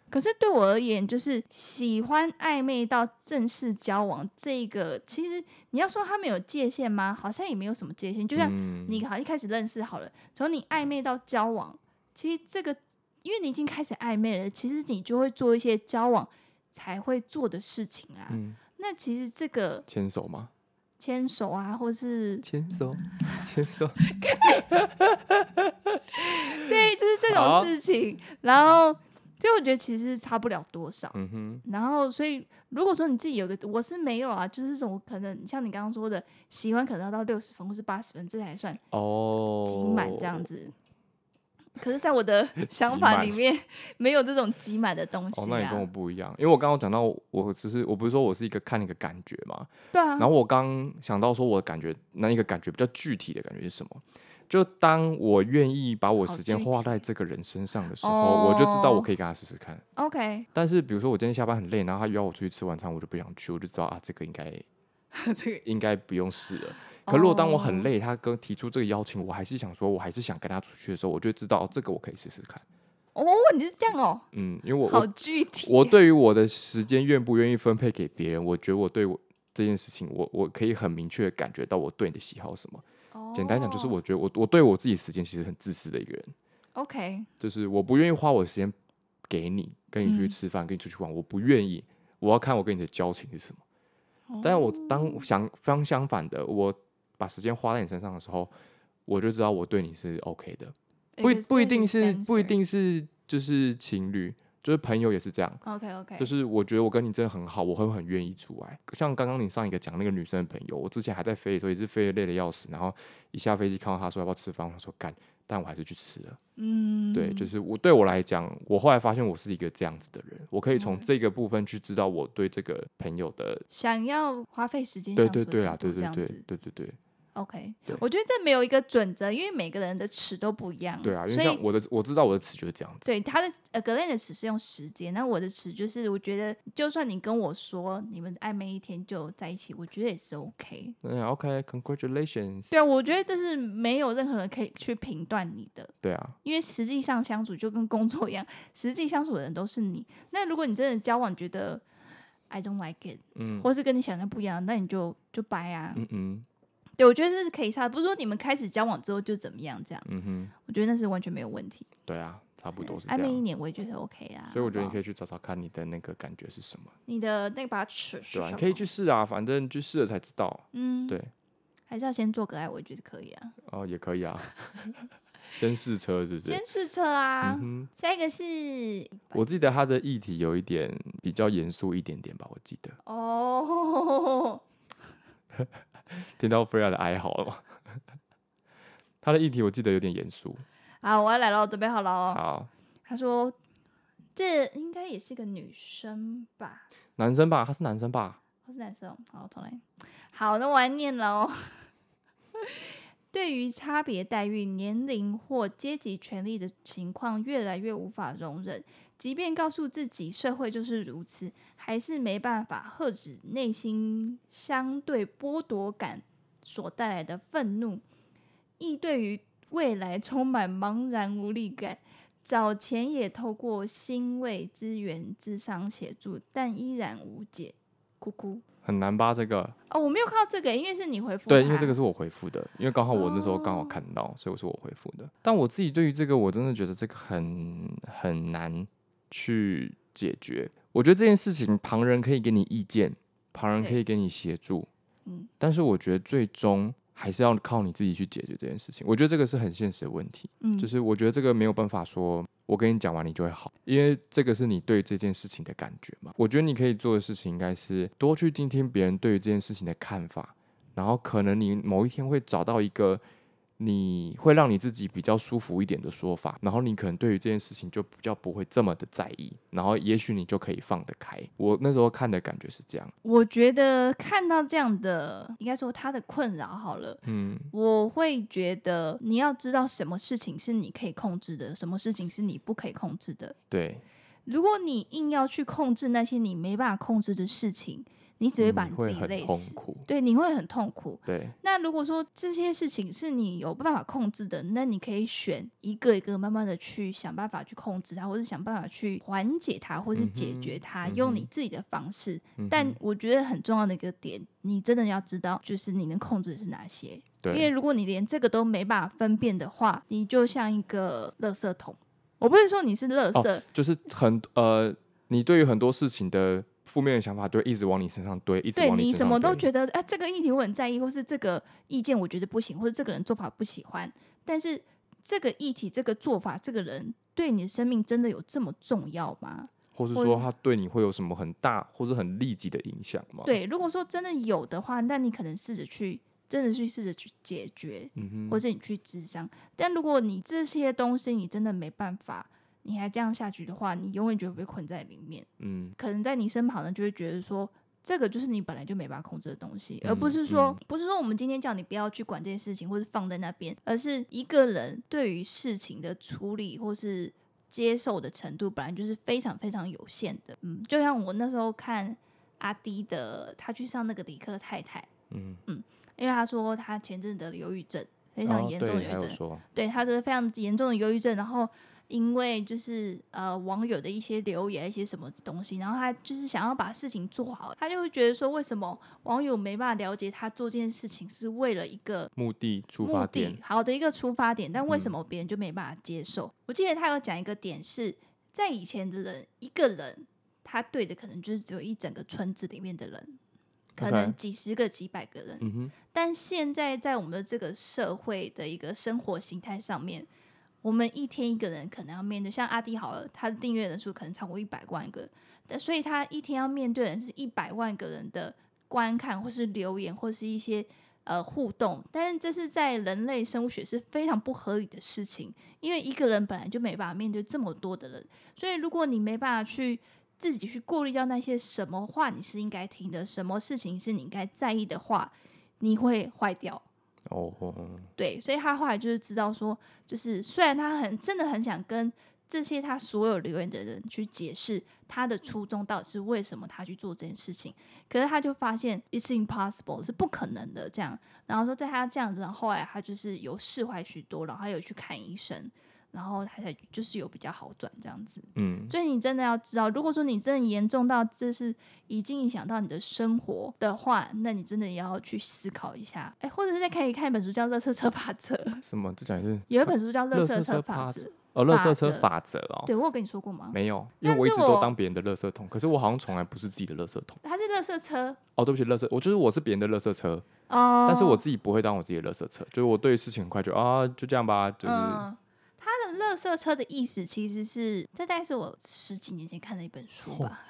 Speaker 2: 可是对我而言，就是喜欢暧昧到正式交往这个，其实你要说他们有界限吗？好像也没有什么界限。就像
Speaker 1: 嗯
Speaker 2: 你好一开始认识好了，从你暧昧到交往，其实这个因为你已经开始暧昧了，其实你就会做一些交往才会做的事情啦。
Speaker 1: 嗯，
Speaker 2: 那其实这个
Speaker 1: 牵手吗？嗯
Speaker 2: 牵手啊，或是
Speaker 1: 牵手，牵手，
Speaker 2: 对，就是这
Speaker 1: 好
Speaker 2: 种事情，然后就我觉得其实差不了多少。
Speaker 1: 嗯哼，
Speaker 2: 然后，所以如果说你自己有个，我是没有啊，就是这种可能像你刚刚说的，喜欢可能要到六十分或是八十分，这才算
Speaker 1: 哦，
Speaker 2: 挤满这样。子。可是，在我的 想
Speaker 1: 挤
Speaker 2: 法
Speaker 1: 满
Speaker 2: 里面，没有这种挤满的东西
Speaker 1: 哦，那你跟我
Speaker 2: 啊。
Speaker 1: 不一样，因为我刚刚讲到，我只是我不是说我是一个看一个感觉嘛，
Speaker 2: 对啊
Speaker 1: 然，后我刚想到说我的感觉那一个感觉比较具体的感觉是什么？就当我愿意把我
Speaker 2: 好
Speaker 1: 时间
Speaker 2: 具
Speaker 1: 花
Speaker 2: 体
Speaker 1: 在这个人身上的时候，我就知道我
Speaker 2: 哦
Speaker 1: 可以跟他试试看。
Speaker 2: OK，
Speaker 1: 但是比如说我今天下班很累，然后他约我出去吃晚餐，我就不想去，我就知道啊，这个应该
Speaker 2: 这个
Speaker 1: 应该不用试了。可如果当我很
Speaker 2: 哦
Speaker 1: 累，他跟提出这个邀请，我还是想说，我还是想跟他出去的时候，我就知道这个我可以试试看。
Speaker 2: 哦，你是这样哦，
Speaker 1: 嗯，因为我
Speaker 2: 好
Speaker 1: 我
Speaker 2: 具体。
Speaker 1: 我对于我的时间愿不愿意分配给别人，我觉得我对我这件事情，我我可以很明确的感觉到我对你的喜好是什么。简单讲，就是
Speaker 2: 哦
Speaker 1: 我觉得我我对我自己时间其实很自私的一个人，
Speaker 2: OK，
Speaker 1: 就是我不愿意花我的时间给你，跟你出去
Speaker 2: 嗯
Speaker 1: 吃饭，跟你出去玩，我不愿意。我要看我跟你的交情是什么。但是我当想方相反的，我把时间花在你身上的时候，我就知道我对你是 OK 的，不一不一定是不一定是就是情侣，就是朋友也是这样。
Speaker 2: OK OK，
Speaker 1: 就是我觉得我跟你真的很好，我会很愿意出来。像刚刚你上一个讲那个女生的朋友，我之前还在飞的时候也是飞得累的要死，然后一下飞机看到她说要不要吃饭，我想说干，但我还是去吃了。
Speaker 2: 嗯，
Speaker 1: 对，就是我对我来讲，我后来发现我是一个这样子的人，我可以从
Speaker 2: 嗯
Speaker 1: 这个部分去知道我对这个朋友的，
Speaker 2: 想要花费时间
Speaker 1: 对
Speaker 2: 相
Speaker 1: 对
Speaker 2: 处
Speaker 1: 对
Speaker 2: 程
Speaker 1: 啦，
Speaker 2: 度
Speaker 1: 对
Speaker 2: 这
Speaker 1: 对
Speaker 2: 样
Speaker 1: 对
Speaker 2: 子
Speaker 1: 对对对。
Speaker 2: OK，
Speaker 1: 对
Speaker 2: 我觉得这没有一个准则，因为每个人的尺都不一样。
Speaker 1: 对啊，因
Speaker 2: 嗯所
Speaker 1: 为像
Speaker 2: 以
Speaker 1: 我的，我知道我的尺就是这样子。
Speaker 2: 对他的呃格雷的尺是用时间，那我的尺就是我觉得，就算你跟我说你们暧昧一天就在一起，我觉得也是 OK。
Speaker 1: 嗯，OK，congratulations。
Speaker 2: 对啊，我觉得这是没有任何人可以去评断你的，
Speaker 1: 对啊，
Speaker 2: 因为实际上相处就跟工作一样，实际相处的人都是你。那如果你真的交往觉得 I don't like it，
Speaker 1: 嗯
Speaker 2: 或是跟你想象不一样，那你就就掰啊。
Speaker 1: 嗯嗯
Speaker 2: 对，我觉得这是可以差的，不是说你们开始交往之后就怎么样这样。
Speaker 1: 嗯哼，
Speaker 2: 我觉得那是完全没有问题。
Speaker 1: 对啊，差不多是这
Speaker 2: 暧昧一
Speaker 1: 样。
Speaker 2: 年我也觉得 OK 啦。
Speaker 1: 所以我觉得你可
Speaker 2: 以，
Speaker 1: 以去找找看你的那个感觉是什么，
Speaker 2: 你的那把尺是
Speaker 1: 对啊，
Speaker 2: 什
Speaker 1: 你可以
Speaker 2: 么
Speaker 1: 去，试啊，反正去试了才知道。
Speaker 2: 嗯，
Speaker 1: 对，
Speaker 2: 还是要先做个爱，我觉得可以啊。
Speaker 1: 哦，也可以 啊，先试车是不是？
Speaker 2: 先试车啊
Speaker 1: 嗯，哼，
Speaker 2: 下一个是
Speaker 1: 我记得他的议题有一点比较严肃一点点吧，我记得
Speaker 2: 哦，
Speaker 1: 听到 Freya 的哀嚎了吗？ 他的议题我记得有点严肃。
Speaker 2: 好，我要来了，准备好了哦。
Speaker 1: 好，
Speaker 2: 他说，这应该也是个女生吧？
Speaker 1: 男生吧，他是男生吧？
Speaker 2: 我是男生哦，好，重来。好，那我来念了哦。 对于差别待遇、年龄或阶级权利的情况，越来越无法容忍。即便告诉自己社会就是如此，还是没办法遏止内心相对剥夺感所带来的愤怒，亦对于未来充满茫然无力感。早前也透过欣慰资源、智商协助，但依然无解。哭哭。
Speaker 1: 很难吧？这个
Speaker 2: 哦，我没有看到这个，因为是你回复
Speaker 1: 对，
Speaker 2: 他
Speaker 1: 因为这个是我回复的，因为刚好我那时候刚好
Speaker 2: 哦
Speaker 1: 看到，所以我说我回复的。但我自己对于这个，我真的觉得这个很很难去解决。我觉得这件事情，旁人可以给你意见，旁人可
Speaker 2: 对
Speaker 1: 以给你协助，
Speaker 2: 嗯
Speaker 1: 但是我觉得最终还是要靠你自己去解决这件事情。我觉得这个是很现实的问题，
Speaker 2: 嗯，
Speaker 1: 就是我觉得这个没有办法说。我跟你讲完，你就会好，因为这个是你对这件事情的感觉嘛。我觉得你可以做的事情应该是多去听听别人对于这件事情的看法，然后可能你某一天会找到一个你会让你自己比较舒服一点的说法，然后你可能对于这件事情就比较不会这么的在意，然后也许你就可以放得开。我那时候看的感觉是这样，
Speaker 2: 我觉得看到这样的，应该说他的困扰好了，
Speaker 1: 嗯，
Speaker 2: 我会觉得你要知道什么事情是你可以控制的，什么事情是你不可以控制的。
Speaker 1: 对，
Speaker 2: 如果你硬要去控制那些你没办法控制的事情，你只会把
Speaker 1: 你
Speaker 2: 你
Speaker 1: 嗯
Speaker 2: 自
Speaker 1: 会
Speaker 2: 己
Speaker 1: 很
Speaker 2: 累
Speaker 1: 痛
Speaker 2: 死。
Speaker 1: 苦，
Speaker 2: 对，你会很痛苦。
Speaker 1: 对，
Speaker 2: 那如果说这些事情是你有办法控制的，那你可以选一个一个慢慢的去想办法去控制它，或者想办法去缓解它，或是解决它，
Speaker 1: 嗯哼
Speaker 2: 用你自己的方式。
Speaker 1: 嗯
Speaker 2: 但
Speaker 1: 哼
Speaker 2: 我觉得很重要的一个点，你真的要知道，就是你能控制的是哪些。因为
Speaker 1: 对，
Speaker 2: 如果你连这个都没办法分辨的话，你就像一个垃圾桶。我不是说你是垃
Speaker 1: 哦
Speaker 2: 圾，
Speaker 1: 就是很呃，你对于很多事情的负面的想法，就会一直往你身上堆，一直
Speaker 2: 对
Speaker 1: 往
Speaker 2: 你
Speaker 1: 身
Speaker 2: 什
Speaker 1: 上
Speaker 2: 么都
Speaker 1: 堆
Speaker 2: 觉得啊，这个议题我很在意，或是这个意见我觉得不行，或者这个人做法不喜欢，但是这个议题、这个做法、这个人对你的生命真的有这么重要吗？
Speaker 1: 或是
Speaker 2: 或
Speaker 1: 说
Speaker 2: 是
Speaker 1: 它对你会有什么很大或是很立即的影响吗？，
Speaker 2: 对，如果说真的有的话，那你可能试着去，真的去试着去解决，
Speaker 1: 嗯
Speaker 2: 或
Speaker 1: 哼，
Speaker 2: 是你去智商。但如果你这些东西你真的没办法，你还这样下去的话，你永远就会被困在里面。
Speaker 1: 嗯，
Speaker 2: 可能在你身旁的就会觉得说，这个就是你本来就没办法控制的东西，
Speaker 1: 嗯
Speaker 2: 而不是说、
Speaker 1: 嗯
Speaker 2: 不是说我们今天叫你不要去管这件事情，或是放在那边，而是一个人对于事情的处理或是接受的程度，本来就是非常非常有限的。嗯，就像我那时候看阿迪的，他去上那个理科太太，
Speaker 1: 嗯，
Speaker 2: 因为他说他前阵得了忧郁症，非
Speaker 1: 非
Speaker 2: 常严重的
Speaker 1: 哦啊对，
Speaker 2: 忧
Speaker 1: 还
Speaker 2: 郁
Speaker 1: 有
Speaker 2: 症，
Speaker 1: 说，
Speaker 2: 对他的非常严重的忧郁症，然后因为就是呃网友的一些留言一些什么东西，然后他就是想要把事情做好，他就会觉得说为什么网友没办法了解他做这件事情是为了一个
Speaker 1: 目的出
Speaker 2: 目
Speaker 1: 发
Speaker 2: 的
Speaker 1: 点，
Speaker 2: 好的一个出发点，但为什
Speaker 1: 嗯
Speaker 2: 么别人就没办法接受？我记得他有讲一个点是在以前的人一个人。他对的可能就是只有一整个村子里面的人，可
Speaker 1: OK
Speaker 2: 能几十个、几百个人。
Speaker 1: 嗯哼，
Speaker 2: 但现在在我们的这个社会的一个生活形态上面，我们一天一个人可能要面对，像阿迪好了，他的订阅人数可能超过一百万个，但所以他一天要面对的人是一百万个人的观看，或是留言，或是一些呃互动。但是这是在人类生物学是非常不合理的事情，因为一个人本来就没办法面对这么多的人，所以如果你没办法去自己去过滤掉那些什么话你是应该听的，什么事情是你应该在意的话，你会坏掉。
Speaker 1: 哦哦，哦
Speaker 2: 对，所以他后来就是知道说，就是虽然他很真的很想跟这些他所有留言的人去解释他的初衷到底是为什么他去做这件事情，可是他就发现 it's impossible 是不可能的这样。然后说在他这样子，然后后来他就是有释怀许多，然后他有去看医生，然后他才就是有比较好转这样子。
Speaker 1: 嗯，
Speaker 2: 所以你真的要知道，如果说你真的严重到这是已经影响到你的生活的话，那你真的也要去思考一下，哎，或者是再可以看一本书叫《垃圾车法则》，
Speaker 1: 什么？这讲也是
Speaker 2: 有一本书叫《
Speaker 1: 垃圾
Speaker 2: 车
Speaker 1: 车
Speaker 2: 法
Speaker 1: 法
Speaker 2: 则》，
Speaker 1: 哦，垃圾
Speaker 2: 法
Speaker 1: 车
Speaker 2: 则
Speaker 1: 法则哦，
Speaker 2: 对我有跟你说过吗？
Speaker 1: 没有，因
Speaker 2: 但
Speaker 1: 为我一
Speaker 2: 是
Speaker 1: 直都
Speaker 2: 我
Speaker 1: 当别人的垃圾桶，可是我好像从来不是自己的垃圾桶。
Speaker 2: 它是垃圾车
Speaker 1: 哦，对不起，垃圾，我就是我是别人的垃圾车，
Speaker 2: 哦，
Speaker 1: 但是我自己不会当我自己的垃圾车，就是我对于事情很快就啊就这样吧，就是、
Speaker 2: 嗯，它的垃圾车的意思其实是，这大概是我十几年前看的一本书吧。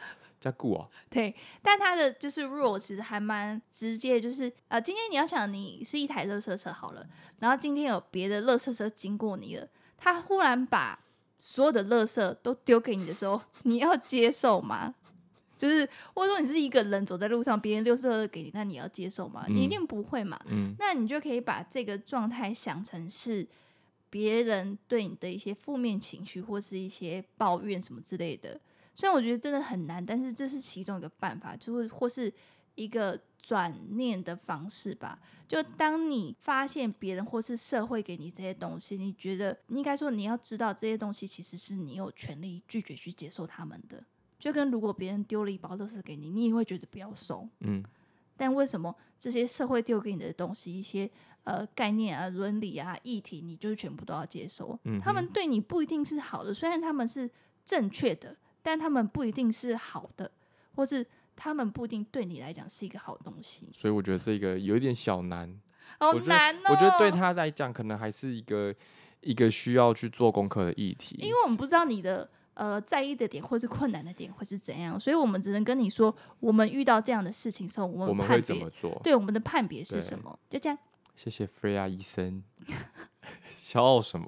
Speaker 1: 加固哦，
Speaker 2: 对，但它的就是 rule 其实还蛮直接，就是呃，今天你要想你是一台垃圾车好了，然后今天有别的垃圾车经过你了，它忽然把所有的垃圾都丢给你的时候， 你要接受吗？就是或者说你是一个人走在路上，别人丢垃圾给你，那你要接受吗？你一
Speaker 1: 嗯
Speaker 2: 定不会嘛。
Speaker 1: 嗯
Speaker 2: 那你就可以把这个状态想成是别人对你的一些负面情绪或是一些抱怨什么之类的。虽然我觉得真的很难，但是这是其中一个办法，就是或是一个转念的方式吧。就当你发现别人或是社会给你这些东西，你觉得你应该说你要知道这些东西其实是你有权利拒绝去接受他们的。就跟如果别人丢了一包垃圾给你，你也会觉得不要收，
Speaker 1: 嗯，
Speaker 2: 但为什么这些社会丢给你的东西，一些呃概念啊、伦理啊、议题，你就是全部都要接受？
Speaker 1: 嗯
Speaker 2: 他们对你不一定是好的，虽然他们是正确的，但他们不一定是好的，或是他们不一定对你来讲是一个好东西。
Speaker 1: 所以我觉得这个有一点小难，
Speaker 2: 好
Speaker 1: 我觉得
Speaker 2: 难哦、
Speaker 1: 我觉得对，他来讲可能还是一个一个需要去做功课的议题，
Speaker 2: 因为我们不知道你的。呃，在意的点或是困难的点会是怎样，所以我们只能跟你说，我们遇到这样的事情的时候，
Speaker 1: 我
Speaker 2: 我们
Speaker 1: 们
Speaker 2: 判
Speaker 1: 会怎
Speaker 2: 别
Speaker 1: 么做？
Speaker 2: 对我们的判别是
Speaker 1: 对
Speaker 2: 什么？就这样。
Speaker 1: 谢谢 Freya 医生， 骄傲什么？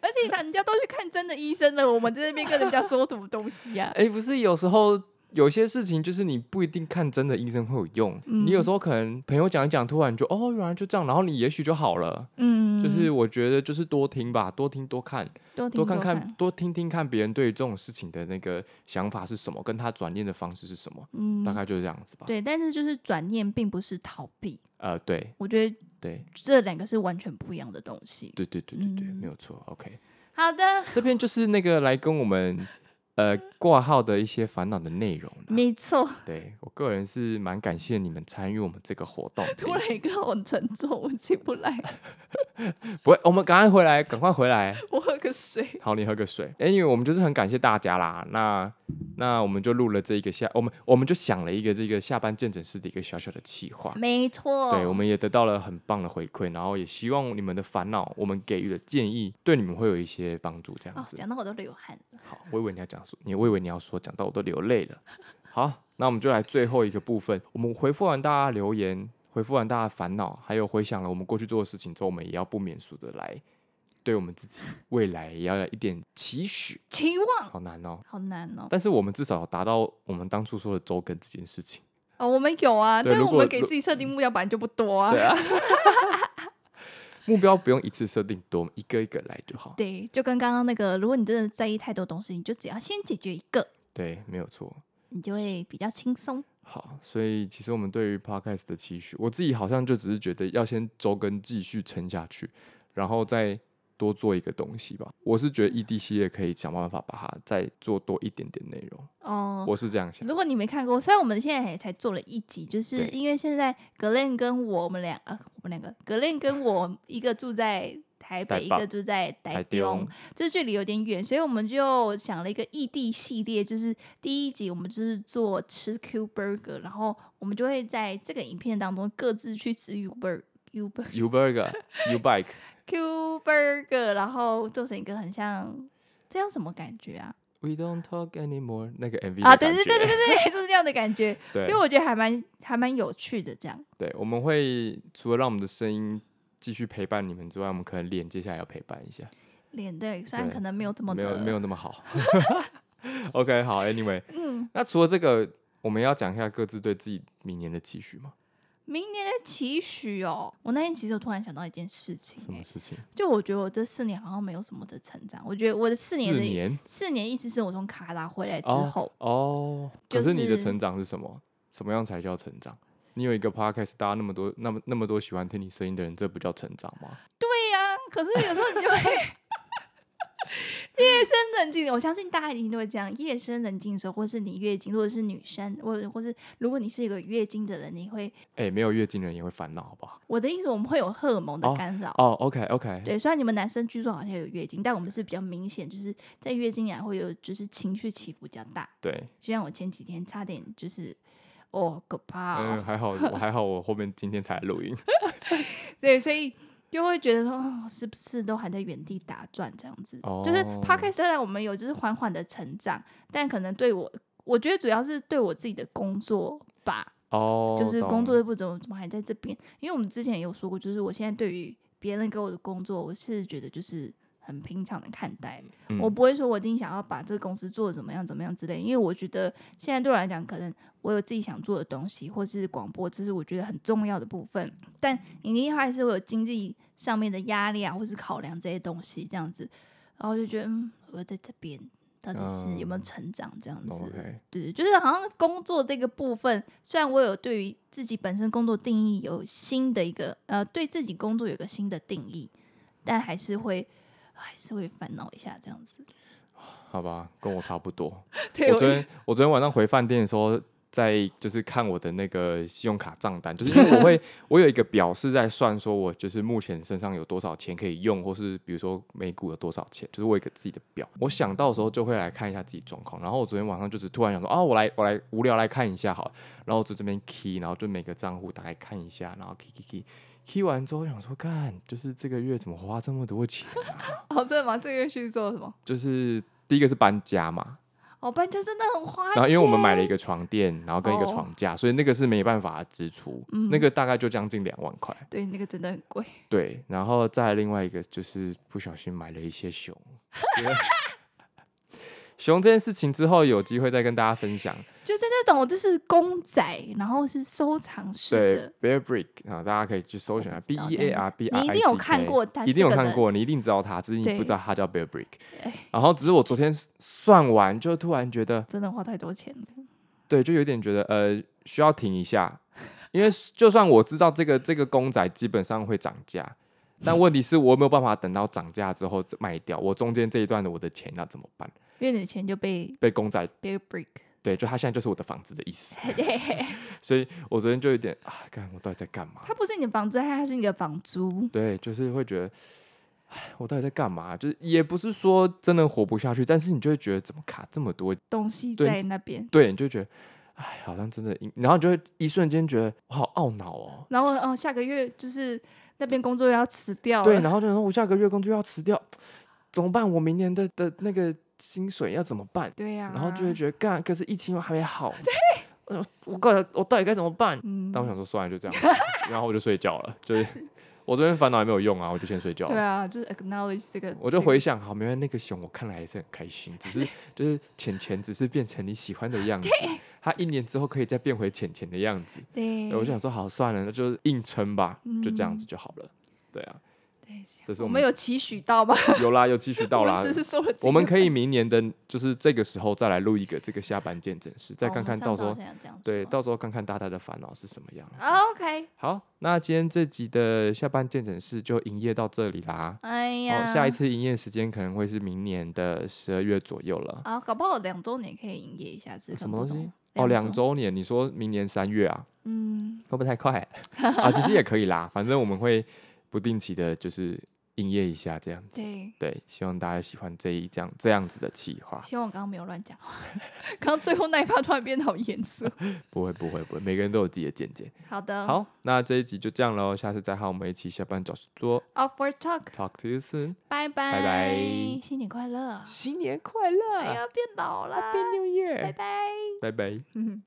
Speaker 2: 而且他人家都去看真的医生了，我们在那边跟人家说什么东西啊呀、
Speaker 1: 哎，不是，有时候有些事情就是你不一定看真的医生会有用，
Speaker 2: 嗯
Speaker 1: 你有时候可能朋友讲一讲，突然就哦，原来就这样，然后你也许就好了。
Speaker 2: 嗯，
Speaker 1: 就是我觉得就是多听吧，多听多看，
Speaker 2: 多听
Speaker 1: 多看
Speaker 2: 看，
Speaker 1: 看，多听听看别人对于这种事情的那个想法是什么，跟他转念的方式是什么，
Speaker 2: 嗯，
Speaker 1: 大概就是这样子吧。
Speaker 2: 对，但是就是转念并不是逃避，
Speaker 1: 呃，对
Speaker 2: 我觉得
Speaker 1: 对
Speaker 2: 这两个是完全不一样的东西。
Speaker 1: 对对对对对，
Speaker 2: 嗯
Speaker 1: 没有错。OK，
Speaker 2: 好的，
Speaker 1: 这边就是那个来跟我们呃挂号的一些烦恼的内容啦。
Speaker 2: 没错。
Speaker 1: 对我个人是蛮感谢你们参与我们这个活动的。
Speaker 2: 突然一个很沉重，我起不来，
Speaker 1: 不会，我们赶快回来，赶快回来。
Speaker 2: 我喝个水。
Speaker 1: 好，你喝个水。Anyway，我们就是很感谢大家啦。那那我们就录了这一个下，我们我们就想了一个这个下班见诊室的一个小小的企划。
Speaker 2: 没错，
Speaker 1: 对，我们也得到了很棒的回馈，然后也希望你们的烦恼，我们给予的建议，对你们会有一些帮助。这样
Speaker 2: 哦，
Speaker 1: 子，
Speaker 2: 讲到我都流汗了。
Speaker 1: 好，我以为你要讲说，你我以为你要说，讲到我都流泪了。好，那我们就来最后一个部分，我们回复完大家留言，回复完大家烦恼，还有回想了我们过去做的事情之后，我们也要不免俗的来对我们自己未来也要有一点期许，
Speaker 2: 期望
Speaker 1: 好难哦。
Speaker 2: 好难哦。
Speaker 1: 但是我们至少有达到我们当初说的周更这件事情。
Speaker 2: 哦，我们有啊，
Speaker 1: 对
Speaker 2: 但
Speaker 1: 如
Speaker 2: 我
Speaker 1: 果
Speaker 2: 们给
Speaker 1: 如
Speaker 2: 自己设定目标本来就不多啊。
Speaker 1: 对啊，目标不用一次设定多，我们一个一个来就好。
Speaker 2: 对，就跟刚刚那个，如果你真的在意太多东西，你就只要先解决一个，
Speaker 1: 对，没有错。
Speaker 2: 你就会比较轻松。
Speaker 1: 好，所以其实我们对于 podcast 的期许，我自己好像就只是觉得要先周更继续撑下去，然后再多做一个东西吧。我是觉得 ED 系列可以想办法把它再做多一点点内容，
Speaker 2: 哦、
Speaker 1: 我是这样想
Speaker 2: 如。果你没看过，虽然我们现在也才做了一集，就是
Speaker 1: 对
Speaker 2: 因为现在格lenn 跟我我们俩，呃，我们两个格lenn 跟我一个住在
Speaker 1: 台
Speaker 2: 台北，一
Speaker 1: 北
Speaker 2: 个住在台中，就是距离有点远，所以我们就想了一个异地系列，就是第一集我们就是做吃 Q Burger，然后我们就会在这个影片当中各自去吃 U Burger。U Burger
Speaker 1: U Burger、U Bike，
Speaker 2: Q Burger，然后做成一个很像这样什么感觉啊？
Speaker 1: We don't talk anymore 那个 MV
Speaker 2: 啊，
Speaker 1: 的感
Speaker 2: 对对对
Speaker 1: 觉
Speaker 2: 对对对，就是这样的 感觉。
Speaker 1: 对
Speaker 2: 所以我觉得还蛮还蛮有趣的，这样
Speaker 1: 对，我们会除了让我们的声音继续陪伴你们之外，我们可能脸接下来要陪伴一下，
Speaker 2: 脸对，虽然
Speaker 1: 对
Speaker 2: 可能没有这么
Speaker 1: 没有
Speaker 2: 的，
Speaker 1: 没有那么好。OK，好，Anyway，
Speaker 2: 嗯，
Speaker 1: 那除了这个，我们要讲一下各自对自己明年的期许吗？
Speaker 2: 明年的期许哦。我那天其实我突然想到一件事情、
Speaker 1: 什么
Speaker 2: 欸
Speaker 1: 事情？
Speaker 2: 就我觉得我这四年好像没有什么的成长，我觉得我的四年
Speaker 1: 四
Speaker 2: 的
Speaker 1: 年
Speaker 2: 四年意思是我从卡拉回来之
Speaker 1: 哦
Speaker 2: 后，
Speaker 1: 哦，
Speaker 2: 就
Speaker 1: 可是你的
Speaker 2: 是
Speaker 1: 成长是什么？什么样才叫成长？你有一个 podcast，大家那么多、那么那么多喜欢听你声音的人，这不叫成长吗？
Speaker 2: 对呀、可是有时候你就会 夜深人静，我相信大家一定都会这样。夜深人静的时候，或是你月经，或者是女生，或者或是如果你是一个月经的人，你会
Speaker 1: 哎、没有月经人也会烦恼，好不好？
Speaker 2: 我的意思，我们会有荷尔蒙的干扰。
Speaker 1: 哦，OK，OK、o k OK，
Speaker 2: 对，虽然你们男生据说好像有月经，但我们是比较明显，就是在月经来会有就是情绪起伏比较大。
Speaker 1: 对，
Speaker 2: 就像我前几天差点就是哦可怕哦、
Speaker 1: 嗯，还 好，我还好，我后面今天才来录音，嗯
Speaker 2: 对，所以就会觉得说，哦、是不是都还在原地打转这样子？就是
Speaker 1: 哦
Speaker 2: podcast 虽然我们有就是缓缓的成长，但可能对我，我觉得主要是对我自己的工作吧，
Speaker 1: 哦，
Speaker 2: 就是
Speaker 1: 懂
Speaker 2: 工作，这部分怎么怎么还在这边？因为我们之前也有说过，就是我现在对于别人给我的工作，我是觉得就是。很平常的看待，
Speaker 1: 嗯
Speaker 2: 我不会说我一定想要把这个公司做得怎么样怎么样之类，因为我觉得现在对我来讲，可能我有自己想做的东西，或是广播，这是我觉得很重要的部分。但你一定还是会有经济上面的压力啊，或是考量这些东西这样子，然后就觉得，嗯，我在这边到底是有没有
Speaker 1: 嗯
Speaker 2: 成长这样子？
Speaker 1: 懂 OK，
Speaker 2: 对，就是好像工作这个部分，虽然我有对于自己本身工作定义有新的一个呃，对自己工作有个新的定义，但还是会还是会烦恼一下这样子。
Speaker 1: 好吧，跟我差不多。
Speaker 2: 对，
Speaker 1: 我昨天我昨天晚上回饭店的时候，在就是看我的那个信用卡账单，就是因为我会我有一个表是在算说我就是目前身上有多少钱可以用，或是比如说美股有多少钱，就是我有一个自己的表。我想到的时候就会来看一下自己状况。然后我昨天晚上就是突然想说啊，我来我来无聊来看一下好了，然后我就这边 key，然后就每个账户打开看一下，然后 key key key。key 完之后想说，干，就是这个月怎么花这么多钱啊、
Speaker 2: 哦，真的吗？这个月去做什么？
Speaker 1: 就是第一个是搬家嘛，
Speaker 2: 哦，搬家真的很花钱。
Speaker 1: 然后因为我们买了一个床垫，然后跟一个
Speaker 2: 哦
Speaker 1: 床架，所以那个是没办法支出，
Speaker 2: 嗯
Speaker 1: 那个大概就将近两万块。
Speaker 2: 对那个真的很贵，
Speaker 1: 对，然后再来另外一个就是不小心买了一些熊。因为 熊这件事情之后有机会再跟大家分享。
Speaker 2: 就是那种就是公仔，然后是收藏式
Speaker 1: 对
Speaker 2: 的。
Speaker 1: ，Bear Brick 啊，大家可以去搜寻啊
Speaker 2: 我不
Speaker 1: ，B
Speaker 2: 知道
Speaker 1: E A R B R
Speaker 2: 但
Speaker 1: I C K，
Speaker 2: 是你一定有看过它
Speaker 1: 一定有
Speaker 2: 这个
Speaker 1: 看
Speaker 2: 人
Speaker 1: 过，你一定知道它，只是你
Speaker 2: 对
Speaker 1: 不知道它叫 Bear Brick
Speaker 2: 哎。
Speaker 1: 然后只是我昨天算完，就突然觉得，
Speaker 2: 真的花太多钱了，
Speaker 1: 对，就有点觉得呃需要停一下，因为就算我知道这个这个公仔基本上会涨价，但问题是我有没有办法等到涨价之后卖掉，我中间这一段的我的钱要怎么办？
Speaker 2: 因为你的钱就被
Speaker 1: 被公仔
Speaker 2: 被 break。
Speaker 1: 对，就它现在就是我的房子的意思，
Speaker 2: 对，
Speaker 1: 所以我昨天就有点啊，干我到底在干嘛？
Speaker 2: 它不是你的房租，它是你的房租。
Speaker 1: 对，就是会觉得，唉我到底在干嘛？就是也不是说真的活不下去，但是你就会觉得怎么卡这么多，
Speaker 2: 东西
Speaker 1: 对
Speaker 2: 在那边。
Speaker 1: 对，你就会觉得，哎，好像真的应，然后你就会一瞬间觉得我好懊恼哦。
Speaker 2: 然后哦，下个月就是那边工作要辞掉
Speaker 1: 对，
Speaker 2: 了，
Speaker 1: 然后就想说我下个月工作要辞掉，怎么办？我明年的的那个薪水要怎么办？
Speaker 2: 对呀、
Speaker 1: 然后就会觉得干，可是疫情又还没好，对，我到底我到底该怎么办？
Speaker 2: 嗯，
Speaker 1: 但我想说算了，就这 样，然后我就睡觉了。就是我昨天烦恼也没有用啊，我就先睡觉了
Speaker 2: 对。啊，就是 acknowledge 这个，
Speaker 1: 我就回想，好，没关系，那个熊我看了还是很开心，只 是就是浅浅只是变成你喜欢的样子，它一年之后可以再变回浅浅的样子。
Speaker 2: 这个、对，
Speaker 1: 我就想说，好，算了，那就硬撑吧，就这样子就好了。对啊，
Speaker 2: 对
Speaker 1: 这是
Speaker 2: 我
Speaker 1: 我
Speaker 2: 们
Speaker 1: 们
Speaker 2: 有期许到吗？
Speaker 1: 有啦，有期许到
Speaker 2: 我
Speaker 1: 啦
Speaker 2: 们。只是说了这个，
Speaker 1: 我们可以明年的，就是这个时候再来录一个这个下班见证室，再
Speaker 2: 哦
Speaker 1: 看看到时候，。对，
Speaker 2: 我们上次好像这样说
Speaker 1: 到时候看看大家的烦恼是什么样。
Speaker 2: 啊 OK，
Speaker 1: 好，那今天这集的下班见诊室就营业到这里啦。
Speaker 2: 哎
Speaker 1: 好，
Speaker 2: 呀，
Speaker 1: 下一次营业时间可能会是明年的十二月左右了。
Speaker 2: 啊，搞不好两周年可以营业一下子，
Speaker 1: 什么东西？哦，
Speaker 2: 哦，
Speaker 1: 两，周年，你说明年三月啊，
Speaker 2: 嗯，
Speaker 1: 会不会太 快啊？其实也可以啦，反正我们会不定期的，就是营业一下这样子。
Speaker 2: 对。
Speaker 1: 对，希望大家喜欢这一这样这样子的企划。
Speaker 2: 希望我刚刚没有乱讲话， 刚刚最后那一趴突然变得好严肃。
Speaker 1: 不会，不会，不会，每个人都有自己的见解。
Speaker 2: 好的，
Speaker 1: 好，那这一集就这样喽，下次再和我们一起下班找事做。
Speaker 2: ，Off for talk，
Speaker 1: Talk to you soon，
Speaker 2: 拜拜，
Speaker 1: 拜
Speaker 2: 新年快乐，
Speaker 1: 新年快乐啊
Speaker 2: 哎呀，变老了，
Speaker 1: ，Happy New
Speaker 2: 拜
Speaker 1: Year，
Speaker 2: 拜。
Speaker 1: 拜拜。
Speaker 2: 嗯。